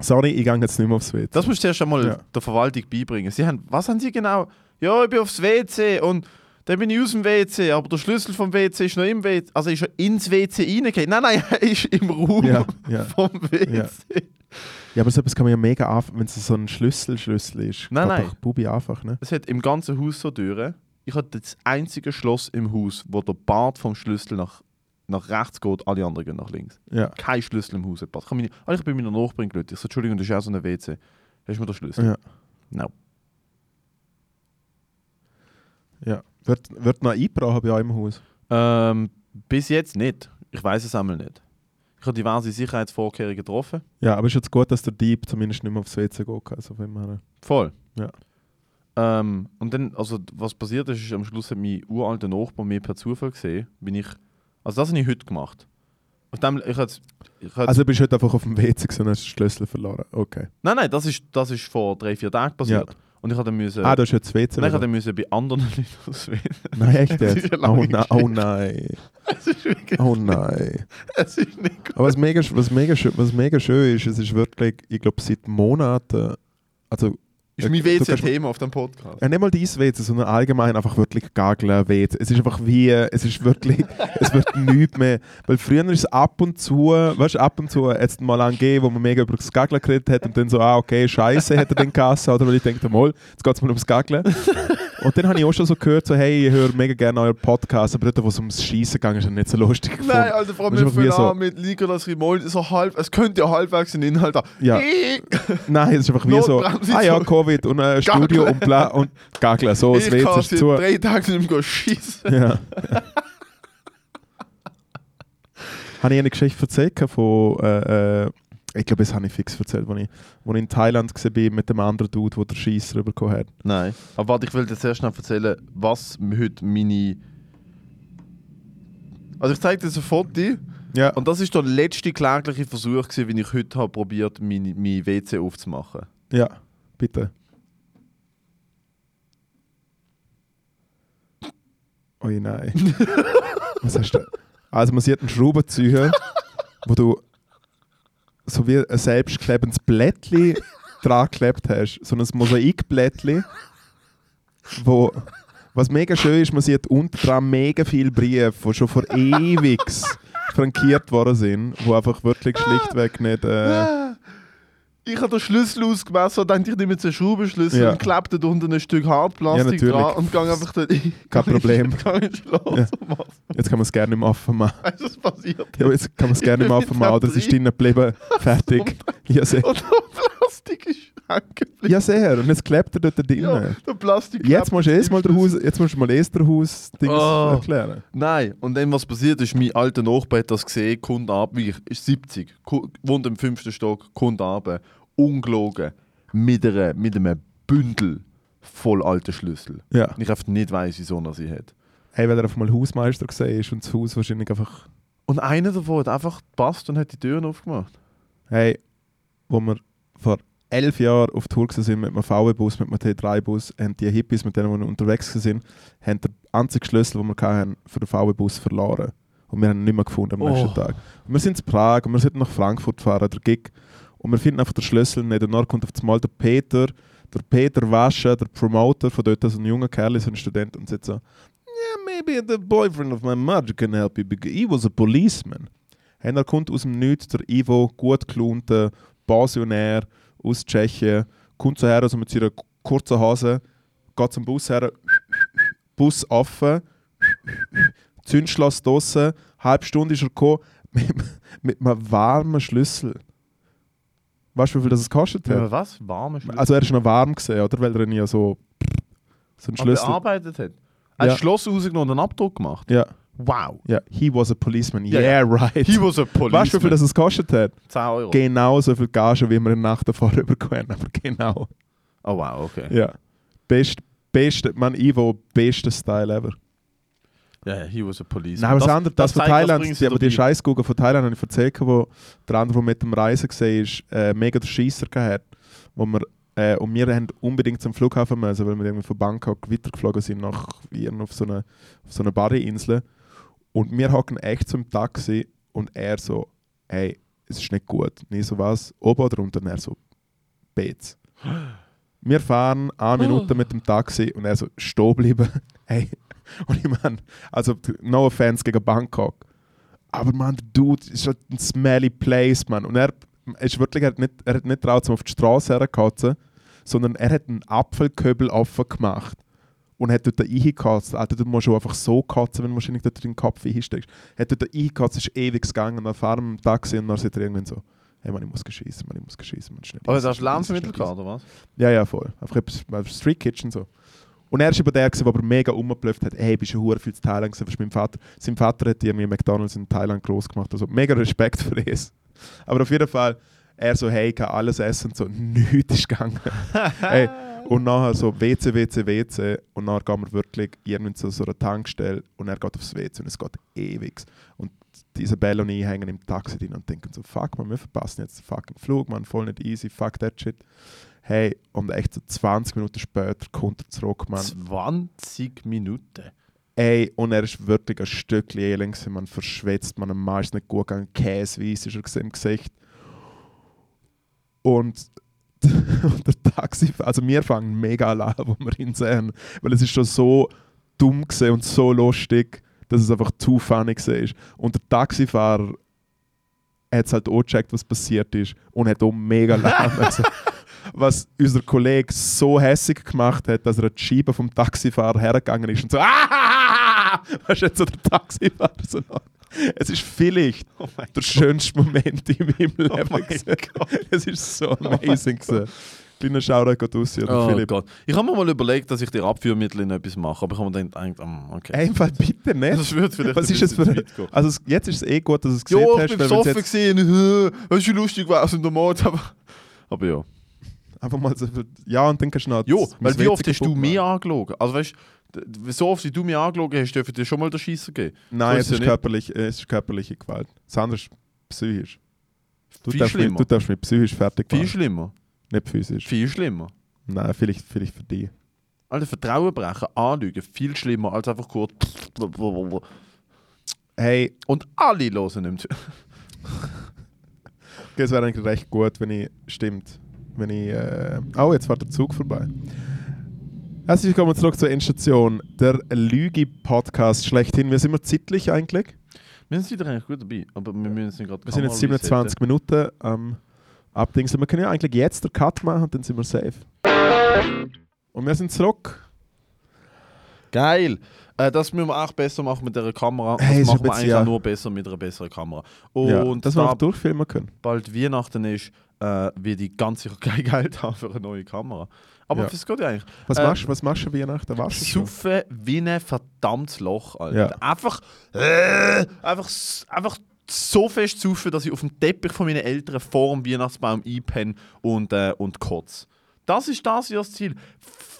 Speaker 1: Sorry, ich gehe jetzt nicht mehr aufs WC.
Speaker 2: Das musst du erst einmal
Speaker 1: Ja.
Speaker 2: der Verwaltung beibringen. Sie haben, was haben sie genau? Ja, ich bin aufs WC und dann bin ich aus dem WC, aber der Schlüssel vom WC ist noch im WC. Also ist er ins WC reingegangen. Nein, nein, er ist im Raum
Speaker 1: Ja, ja.
Speaker 2: vom WC.
Speaker 1: Ja, aber so etwas kann man ja mega anf wenn es so ein Schlüssel-Schlüssel ist.
Speaker 2: Nein,
Speaker 1: Geht
Speaker 2: nein.
Speaker 1: doch Bubi einfach, ne?
Speaker 2: Es hat im ganzen Haus so Türen. Ich habe das einzige Schloss im Haus, wo der Bart vom Schlüssel nach, nach rechts geht, alle anderen gehen nach links.
Speaker 1: Ja.
Speaker 2: Kein Schlüssel im Haus. hat Bart. Ich, habe meine, Ah, ich bin meiner Nachbarin gelötet. Ich so, Entschuldigung, das ist auch so ein WC. Hast du mir den Schlüssel?
Speaker 1: Ja.
Speaker 2: No.
Speaker 1: ja. Wird, wird noch eingebracht bei euch im Haus?
Speaker 2: Ähm, bis jetzt nicht. Ich weiß es einmal nicht. Ich habe diverse Sicherheitsvorkehrungen getroffen.
Speaker 1: Ja, aber ist jetzt gut, dass der Dieb zumindest nicht mehr aufs WC gehen kann. Also wenn man,
Speaker 2: Voll.
Speaker 1: Ja.
Speaker 2: Ähm, und dann, also was passiert ist, ist, am Schluss hat mein uralter Nachbar mir per Zufall gesehen, bin ich, also das habe ich heute gemacht. Auf dem, ich hat's, ich hat's,
Speaker 1: also bist du heute einfach auf dem WC gewesen und hast den Schlüssel verloren. Okay.
Speaker 2: nein, nein, das ist, das ist vor drei, vier Tagen passiert. Und ich habe dann müssen,
Speaker 1: Ah, du hast jetzt das WC.
Speaker 2: nein, ich habe
Speaker 1: wieder.
Speaker 2: dann müssen bei anderen Leuten auswählen.
Speaker 1: Nein, echt
Speaker 2: Das ist
Speaker 1: jetzt?
Speaker 2: eine
Speaker 1: Oh,
Speaker 2: lange
Speaker 1: na, oh nein.
Speaker 2: Es ist wirklich,
Speaker 1: Oh nein.
Speaker 2: es ist nicht gut.
Speaker 1: Aber was mega, was, mega schön, was mega schön ist, es ist wirklich, ich glaube, seit Monaten, also
Speaker 2: Ist
Speaker 1: Du
Speaker 2: mein
Speaker 1: kannst- Äh,
Speaker 2: WC-Thema auf dem Podcast.
Speaker 1: Ja, nicht mal dein WC, sondern allgemein einfach wirklich gageln, WC. Es ist einfach wie, es ist wirklich, es wird nichts mehr. Weil früher ist es ab und zu, weißt du, ab und zu jetzt mal angegeben, wo man mega über das Gageln geredet hat und dann so, ah, okay, scheiße, hätte den Kasse, oder? Weil ich denke, mal, jetzt geht es mal ums Gageln. Und dann habe ich auch schon so gehört, so, hey, ich höre mega gerne euren Podcast, aber dort, wo es ums Schießen ging, ist es nicht so lustig.
Speaker 2: Nein,
Speaker 1: gefunden.
Speaker 2: Alter, vor allem
Speaker 1: Das ist
Speaker 2: mit
Speaker 1: einfach wie
Speaker 2: Füllan,
Speaker 1: so-
Speaker 2: mit Nicolas Rimol, so halb, es könnte ja halbwegs einen Inhalt haben.
Speaker 1: Ja. Nein, es ist einfach wie so,
Speaker 2: Notbremse
Speaker 1: ah ja,
Speaker 2: zu-
Speaker 1: Covid und äh, Studio und bla und Gageln, so, das
Speaker 2: ich
Speaker 1: WC
Speaker 2: kann
Speaker 1: ist
Speaker 2: seit
Speaker 1: zu.
Speaker 2: drei Tagen nicht mehr schießen.
Speaker 1: Ja. habe ich eine Geschichte erzählt von. Äh, äh, ich glaube, das habe ich fix erzählt, als ich, wo ich in Thailand war mit dem anderen Dude, der den Scheiß bekommen hat.
Speaker 2: Nein. Aber warte, ich will dir zuerst noch erzählen, was heute meine. Also ich zeige dir so ein Foto
Speaker 1: Ja.
Speaker 2: und das ist der letzte klägliche Versuch, gewesen, wie ich heute habe probiert, mein, mein WC aufzumachen.
Speaker 1: ja, bitte. Oh nein. Was hast du? Also, man sieht einen Schraubenzieher, wo du so wie ein selbstklebendes Blättli dran geklebt hast. So ein Mosaikblättli, wo. Was mega schön ist, man sieht unten dran mega viele Briefe, die schon vor ewig frankiert worden sind, wo einfach wirklich schlichtweg nicht. Äh,
Speaker 2: Ich habe den Schlüssel ausgemessen und dachte, ich nehme jetzt einen Schraubenschlüssel
Speaker 1: Ja.
Speaker 2: und klebe dort unten ein Stück Hartplastik
Speaker 1: Ja, natürlich.
Speaker 2: dran und gehe einfach dort Kein
Speaker 1: Kein Problem.
Speaker 2: Gehe ins Schloss
Speaker 1: Ja.
Speaker 2: und mach's.
Speaker 1: jetzt kann man es gerne im Offen machen.
Speaker 2: Weißt du, was passiert?
Speaker 1: Ja, aber jetzt kann man es gerne
Speaker 2: Ich
Speaker 1: mal
Speaker 2: bin
Speaker 1: aufmachen, oder? Es ist
Speaker 2: dabei.
Speaker 1: drinnen geblieben. Fertig. Ja, sehr.
Speaker 2: Und der Plastik ist hängen geblieben.
Speaker 1: Ja, sehr. Und jetzt klebt er dort drinnen.
Speaker 2: der Plastik
Speaker 1: Jetzt
Speaker 2: klebt
Speaker 1: musst du erst mal der Haus, jetzt musst du mal erst der Haus Dings
Speaker 2: Oh.
Speaker 1: erklären.
Speaker 2: Nein, und dann was passiert ist, mein alter Nachbar hat das gesehen, kommt ab, ich ist 70, ko- wohnt im fünften Stock, kommt ab, ungelogen, mit, einer, mit einem Bündel voll alten Schlüssel.
Speaker 1: Ja.
Speaker 2: Und ich einfach nicht weiß, wieso er sie hat.
Speaker 1: Hey, wenn er auf mal Hausmeister gesehen ist und das Haus wahrscheinlich einfach,
Speaker 2: Und einer davon hat einfach gepasst und hat die Türen aufgemacht.
Speaker 1: hey, wo wir vor elf Jahren auf Tour gewesen sind mit einem VW-Bus, mit einem T3-Bus, haben die Hippies, mit denen wir unterwegs gewesen sind, haben den einzigen Schlüssel, den wir hatten, für den VW-Bus verloren. Und wir haben ihn nicht mehr gefunden am
Speaker 2: Oh.
Speaker 1: nächsten Tag. Und wir sind in Prag und wir sollten nach Frankfurt fahren, der Gig. Und wir finden einfach den Schlüssel nicht. Und dann kommt auf einmal der Peter, der Peter Wasche, der Promoter von dort, so ein junger Kerl, so ein Student, und sagt so, yeah, maybe the boyfriend of my mother can help you, because he was a policeman. Und dann kommt aus dem Nichts der Ivo, gut gelaunte Pensionär aus Tschechien, kommt so her, also mit seiner kurzen Hose, geht zum Bus her, Bus offen, Zündschloss draussen, halbe Stunde ist er gekommen, mit, mit einem warmen Schlüssel. Weißt du, wie viel das es gekostet hat?
Speaker 2: was? Warme Schlüssel?
Speaker 1: Also er ist noch warm gesehen, oder? Weil er ihn ja so so einen
Speaker 2: Und
Speaker 1: Schlüssel.
Speaker 2: bearbeitet hat. Er
Speaker 1: Ja.
Speaker 2: hat das Schloss rausgenommen und einen Abdruck gemacht.
Speaker 1: Ja,
Speaker 2: Wow.
Speaker 1: ja. He was a policeman.
Speaker 2: Ja,
Speaker 1: Yeah,
Speaker 2: ja.
Speaker 1: right.
Speaker 2: He was a policeman.
Speaker 1: weißt du, wie viel das es gekostet hat?
Speaker 2: 10 Euro.
Speaker 1: Genau so viel Gage, wie wir in der Nacht davor bekommen haben. Aber genau.
Speaker 2: oh wow, okay.
Speaker 1: Ja. Best, beste, man Ivo, bester Style ever.
Speaker 2: Ja, yeah, he was a policeman.
Speaker 1: Nein, aber das, andere, das, von
Speaker 2: zeigt, was
Speaker 1: Thailand,
Speaker 2: bringst
Speaker 1: die,
Speaker 2: du
Speaker 1: aber die
Speaker 2: dabei.
Speaker 1: Scheißgugel von Thailand habe ich erzählt, wo der andere, der mit dem Reisen gesehen ist, äh, mega den Scheisser gehabt, wo wir, äh, und wir haben unbedingt zum Flughafen müssen, weil wir irgendwie von Bangkok weitergeflogen sind nach Wien auf so eine, auf so eine Bali-Insel. Und wir hocken echt zum Taxi und er so, hey, es ist nicht gut. Nie so was, oben oder unten, Und er so, Bets. Wir fahren eine Minute mit dem Taxi und er so, stehen bleiben. Hey. Und ich meine, also no offense gegen Bangkok. Aber man, der Dude ist halt ein smelly place, man. Und er ist wirklich, er hat nicht, er hat nicht traut, um auf die Straße herzukotzen, sondern er hat einen Apfelköbel offen gemacht und hat dort reingekotzt. Alter, du musst auch einfach so kotzen, wenn du wahrscheinlich dort in den Kopf reinsteckst. Hat dort reingekotzt, ist ewig gegangen, dann fahren wir mit dem Taxi und dann sitzt er irgendwann so, hey man, ich muss geschießen, man, ich muss geschießen, man, schnell.
Speaker 2: Aber
Speaker 1: schiessen,
Speaker 2: das ist
Speaker 1: schnell schiessen, schnell
Speaker 2: Lebensmittel
Speaker 1: schiessen.
Speaker 2: oder was?
Speaker 1: Ja, ja, voll. Einfach etwas- Street äh, Kitchen so. Und er war aber der, gewesen, der aber mega rumgeblufft hat. Hey, bist du hure viel zu Thailand gewesen, was meinem Vater. Sein Vater hat irgendwie McDonalds in Thailand groß gemacht. Also mega Respekt für es. Aber auf jeden Fall, er so, hey, kann alles essen. So, nichts ist gegangen. hey, und nachher so WC, WC, WC. Und nachher gehen wir wirklich irgendwann zu so einer Tankstelle und er geht aufs WC und es geht ewig. Und die Isabelle und ich hängen im Taxi drin und denken so, fuck man, wir verpassen jetzt den fucking Flug, man, voll nicht easy, fuck that shit. Hey, und echt so 20 Minuten später kommt er zurück, man.
Speaker 2: 20 Minuten.
Speaker 1: Ey, und er ist wirklich ein Stückchen elend gewesen, man verschwitzt, man am meisten nicht gut gegangen, käseweiss ist er gewesen im Gesicht. Und und der Taxi, also wir fangen mega an, wo wir ihn sehen, weil es ist schon so dumm gewesen und so lustig, dass es einfach zu funny war. Und der Taxifahrer hat es halt auch gecheckt, was passiert ist und hat auch mega lahm. also, was unser Kollege so hässig gemacht hat, dass er die Scheibe vom Taxifahrer hergegangen ist und so Ahahaha! Weißt du, jetzt so der Taxifahrer so noch. Es ist vielleicht
Speaker 2: Oh mein Oh
Speaker 1: der schönste Moment in meinem Leben.
Speaker 2: mein
Speaker 1: gewesen. es ist so amazing. Oh Kleiner Shoutout geht raus an
Speaker 2: Oh
Speaker 1: Philipp.
Speaker 2: Gott. Ich habe mir mal überlegt, dass ich dir Abführmittel in etwas mache, aber ich habe mir dann gedacht, mm, okay.
Speaker 1: Ey, im Fall bitte nicht.
Speaker 2: das wird vielleicht
Speaker 1: Was
Speaker 2: ein
Speaker 1: ist das
Speaker 2: bisschen
Speaker 1: für
Speaker 2: zu weit gehen.
Speaker 1: Also es- jetzt ist es eh gut, dass du es gesehen
Speaker 2: Ja,
Speaker 1: hast.
Speaker 2: ich bin
Speaker 1: weil wenn's
Speaker 2: besoffen gesehen. Das ist lustig, was in der Mord. Aber, aber ja.
Speaker 1: jetzt einfach mal so viel, Ja, und dann kannst du noch...
Speaker 2: Ja,
Speaker 1: das-
Speaker 2: weil
Speaker 1: das
Speaker 2: wie oft
Speaker 1: WC
Speaker 2: hast du
Speaker 1: kaputt
Speaker 2: mich angelogen? Also weißt du, d- d- so oft wie du mich angelogen hast, dürfen dir schon mal den Schießer geben.
Speaker 1: machen. Nein, es
Speaker 2: So ja
Speaker 1: ist,
Speaker 2: nicht.
Speaker 1: körperlich, äh, es ist körperliche Gewalt. Das andere ist psychisch. Du
Speaker 2: Viel
Speaker 1: darfst, mich,
Speaker 2: schlimmer.
Speaker 1: du darfst mich psychisch fertig
Speaker 2: Viel
Speaker 1: machen.
Speaker 2: schlimmer.
Speaker 1: Nicht physisch.
Speaker 2: Viel schlimmer.
Speaker 1: Nein, vielleicht, vielleicht für dich.
Speaker 2: Alter, Vertrauen brechen, anlügen, viel schlimmer als einfach kurz.
Speaker 1: Hey,
Speaker 2: Und alle hören nimmt.
Speaker 1: Es wäre eigentlich recht gut, wenn ich. Stimmt. Wenn ich. Äh, oh, jetzt fährt der Zug vorbei. Herzlich willkommen zurück zur Endstation. Der Lüge-Podcast schlechthin. Wir sind immer zeitlich eigentlich.
Speaker 2: Wir sind wieder eigentlich gut dabei, aber wir müssen jetzt gerade.
Speaker 1: Wir sind jetzt 27 Minuten am Abdingsen. Wir können ja eigentlich jetzt den Cut machen und dann sind wir safe. Und wir sind zurück.
Speaker 2: Geil! Äh, das müssen wir auch besser machen mit dieser Kamera. Das
Speaker 1: Hey, ist
Speaker 2: machen
Speaker 1: ein
Speaker 2: wir
Speaker 1: bisschen,
Speaker 2: eigentlich
Speaker 1: ja.
Speaker 2: auch nur besser mit einer besseren Kamera. Und
Speaker 1: ja, dass wir
Speaker 2: da
Speaker 1: auch durchfilmen können.
Speaker 2: bald Weihnachten ist, äh, wird ich ganz sicher kein Geld haben für eine neue Kamera. Aber
Speaker 1: Ja.
Speaker 2: das geht ja eigentlich.
Speaker 1: Was,
Speaker 2: Äh,
Speaker 1: machst, was machst du an Weihnachten? Waschst du schon?
Speaker 2: Saufen wie ein verdammtes Loch, Alter. Einfach, äh, einfach, s- einfach so fest saufen, dass ich auf dem Teppich von meinen Eltern vor dem Weihnachtsbaum einpenne und, äh, und kotze. Das ist das ihr Ziel.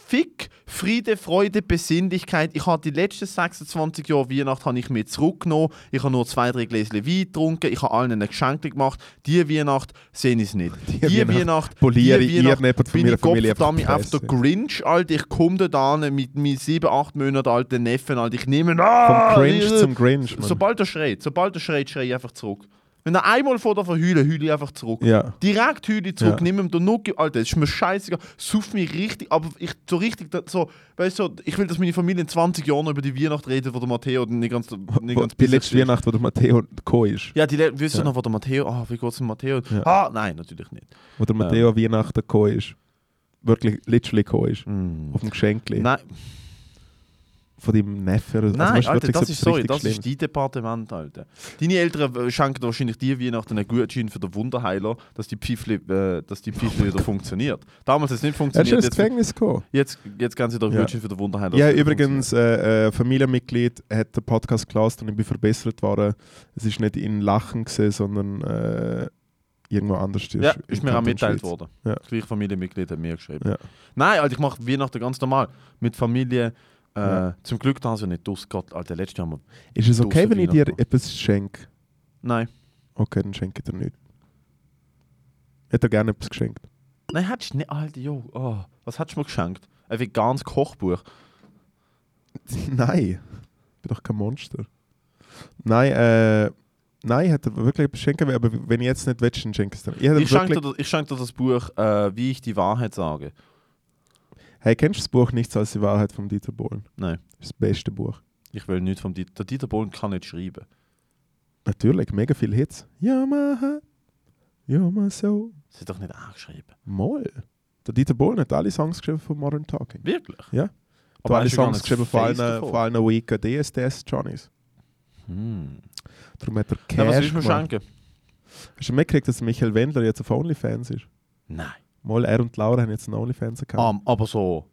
Speaker 2: Fick, Friede, Freude, Besinnlichkeit. Ich habe die letzten 26 Jahre Weihnachten habe ich mir zurückgenommen. Ich habe nur zwei, drei Gläschen Wein getrunken. Ich habe allen ein Geschenk gemacht. Die Weihnacht sehe ich es nicht. Die,
Speaker 1: Weihnacht
Speaker 2: Weihnacht
Speaker 1: poliere ich
Speaker 2: die Weihnacht
Speaker 1: irgendjemand von
Speaker 2: bin
Speaker 1: meiner
Speaker 2: ich
Speaker 1: Familie einfach
Speaker 2: Gottverdammt auf der
Speaker 1: die Fresse.
Speaker 2: Grinch, Alter, ich komme da an mit meinen 7, 8 Monate alten Neffen, Alter, ich nehme ihn ah,
Speaker 1: Vom Cringe
Speaker 2: Alter.
Speaker 1: zum Grinch, Mann.
Speaker 2: Sobald er schreit, sobald er schreit, schrei ich einfach zurück. Wenn er einmal vor dir verheult, heule ich einfach zurück.
Speaker 1: Ja.
Speaker 2: Direkt heule ich zurück,
Speaker 1: Ja.
Speaker 2: nimm ihm den Nucki, Alter, das ist mir scheißegal, suff mich richtig, aber ich so richtig, da- so, weißt du, ich will, dass meine Familie in 20 Jahren noch über die Weihnacht redet, wo der Matteo nicht ganz, nicht
Speaker 1: Wo-
Speaker 2: ganz
Speaker 1: Die
Speaker 2: bissig
Speaker 1: letzte
Speaker 2: ist.
Speaker 1: Weihnacht, wo der Matteo gekommen ist.
Speaker 2: Ja, die Le- wisst ihr
Speaker 1: Ja.
Speaker 2: noch, wo der Matteo, ah, wie geht's dem Matteo?
Speaker 1: Ja.
Speaker 2: Ah, nein, natürlich nicht.
Speaker 1: Wo der
Speaker 2: Ähm.
Speaker 1: Matteo Weihnachten gekommen ist. Wirklich, literally gekommen ist.
Speaker 2: Mm.
Speaker 1: Auf dem Geschenkli.
Speaker 2: Nein,
Speaker 1: von deinem Neffen. oder so.
Speaker 2: Nein,
Speaker 1: Also, weißt du,
Speaker 2: Alter,
Speaker 1: wirklich
Speaker 2: das
Speaker 1: so
Speaker 2: ist sorry,
Speaker 1: richtig
Speaker 2: das
Speaker 1: schlimm.
Speaker 2: ist dein Departement, Alter. Deine Eltern äh, schenken wahrscheinlich dir Weihnachten einen Gutschein für den Wunderheiler, dass die Pfiffli, äh, dass die
Speaker 1: Oh
Speaker 2: Pfiffli wieder funktioniert. Damals hat es
Speaker 1: Er
Speaker 2: nicht
Speaker 1: ist schon
Speaker 2: funktioniert,
Speaker 1: ins
Speaker 2: jetzt,
Speaker 1: Gefängnis gekommen.
Speaker 2: jetzt, jetzt gehen sie doch
Speaker 1: Ja.
Speaker 2: Gutschein für den Wunderheiler.
Speaker 1: Ja,
Speaker 2: dass es wieder
Speaker 1: übrigens, äh, äh, Familienmitglied hat den Podcast gelassen und ich bin verbessert worden. Es ist nicht in Lachen, gewesen, sondern äh, irgendwo anders.
Speaker 2: funktioniert. Ja, ist mir auch mitteilt worden.
Speaker 1: Ja.
Speaker 2: Das gleiche Familienmitglied hat mir geschrieben.
Speaker 1: Ja.
Speaker 2: Nein, Alter, ich mache Weihnachten ganz normal. Mit Familie. Äh,
Speaker 1: Ja.
Speaker 2: Zum Glück da sind wir nicht durchgegangen. Alter, letztes Jahr haben wir...
Speaker 1: Ist es okay,
Speaker 2: Dosen
Speaker 1: wenn ich dir
Speaker 2: Weihnachten.
Speaker 1: etwas schenke?
Speaker 2: Nein.
Speaker 1: Okay, dann schenke ich dir nichts. Ich hätte dir gerne etwas geschenkt.
Speaker 2: Nein, hättest du nicht... Alter, jo. Oh, was hättest du mir geschenkt? Ein veganes Kochbuch.
Speaker 1: Nein. Ich bin doch kein Monster. Nein, äh, nein, ich hätte dir wirklich etwas schenken wollen, aber wenn ich jetzt nicht willst, dann schenke ich es dir. Ich hätte
Speaker 2: Ich
Speaker 1: wirklich-
Speaker 2: schenke dir, ich schenk dir das Buch äh, «Wie ich die Wahrheit sage».
Speaker 1: Hey, kennst du das Buch Nichts als die Wahrheit von Dieter Bohlen?
Speaker 2: Nein,
Speaker 1: Das beste Buch.
Speaker 2: ich will nichts vom Dieter. Der Dieter Bohlen kann nicht schreiben.
Speaker 1: Natürlich, mega viele Hits. Ja, my heart, you're my soul.
Speaker 2: Das ist doch nicht angeschrieben.
Speaker 1: Moll. Der Dieter Bohlen hat alle Songs geschrieben von Modern Talking.
Speaker 2: Wirklich?
Speaker 1: Ja.
Speaker 2: Aber
Speaker 1: Aber alle
Speaker 2: hast du gar
Speaker 1: Songs
Speaker 2: nicht
Speaker 1: geschrieben von allen,
Speaker 2: Face davon?
Speaker 1: von allen Weaker DSDS Johnnies.
Speaker 2: Hm.
Speaker 1: Darum hat er Cash
Speaker 2: Na, was willst du mir
Speaker 1: gemacht.
Speaker 2: schenken?
Speaker 1: Hast du mitgekriegt, dass Michael Wendler jetzt auf OnlyFans ist?
Speaker 2: Nein.
Speaker 1: Moll, er und Laura haben jetzt einen OnlyFans-Account.
Speaker 2: Am- aber so...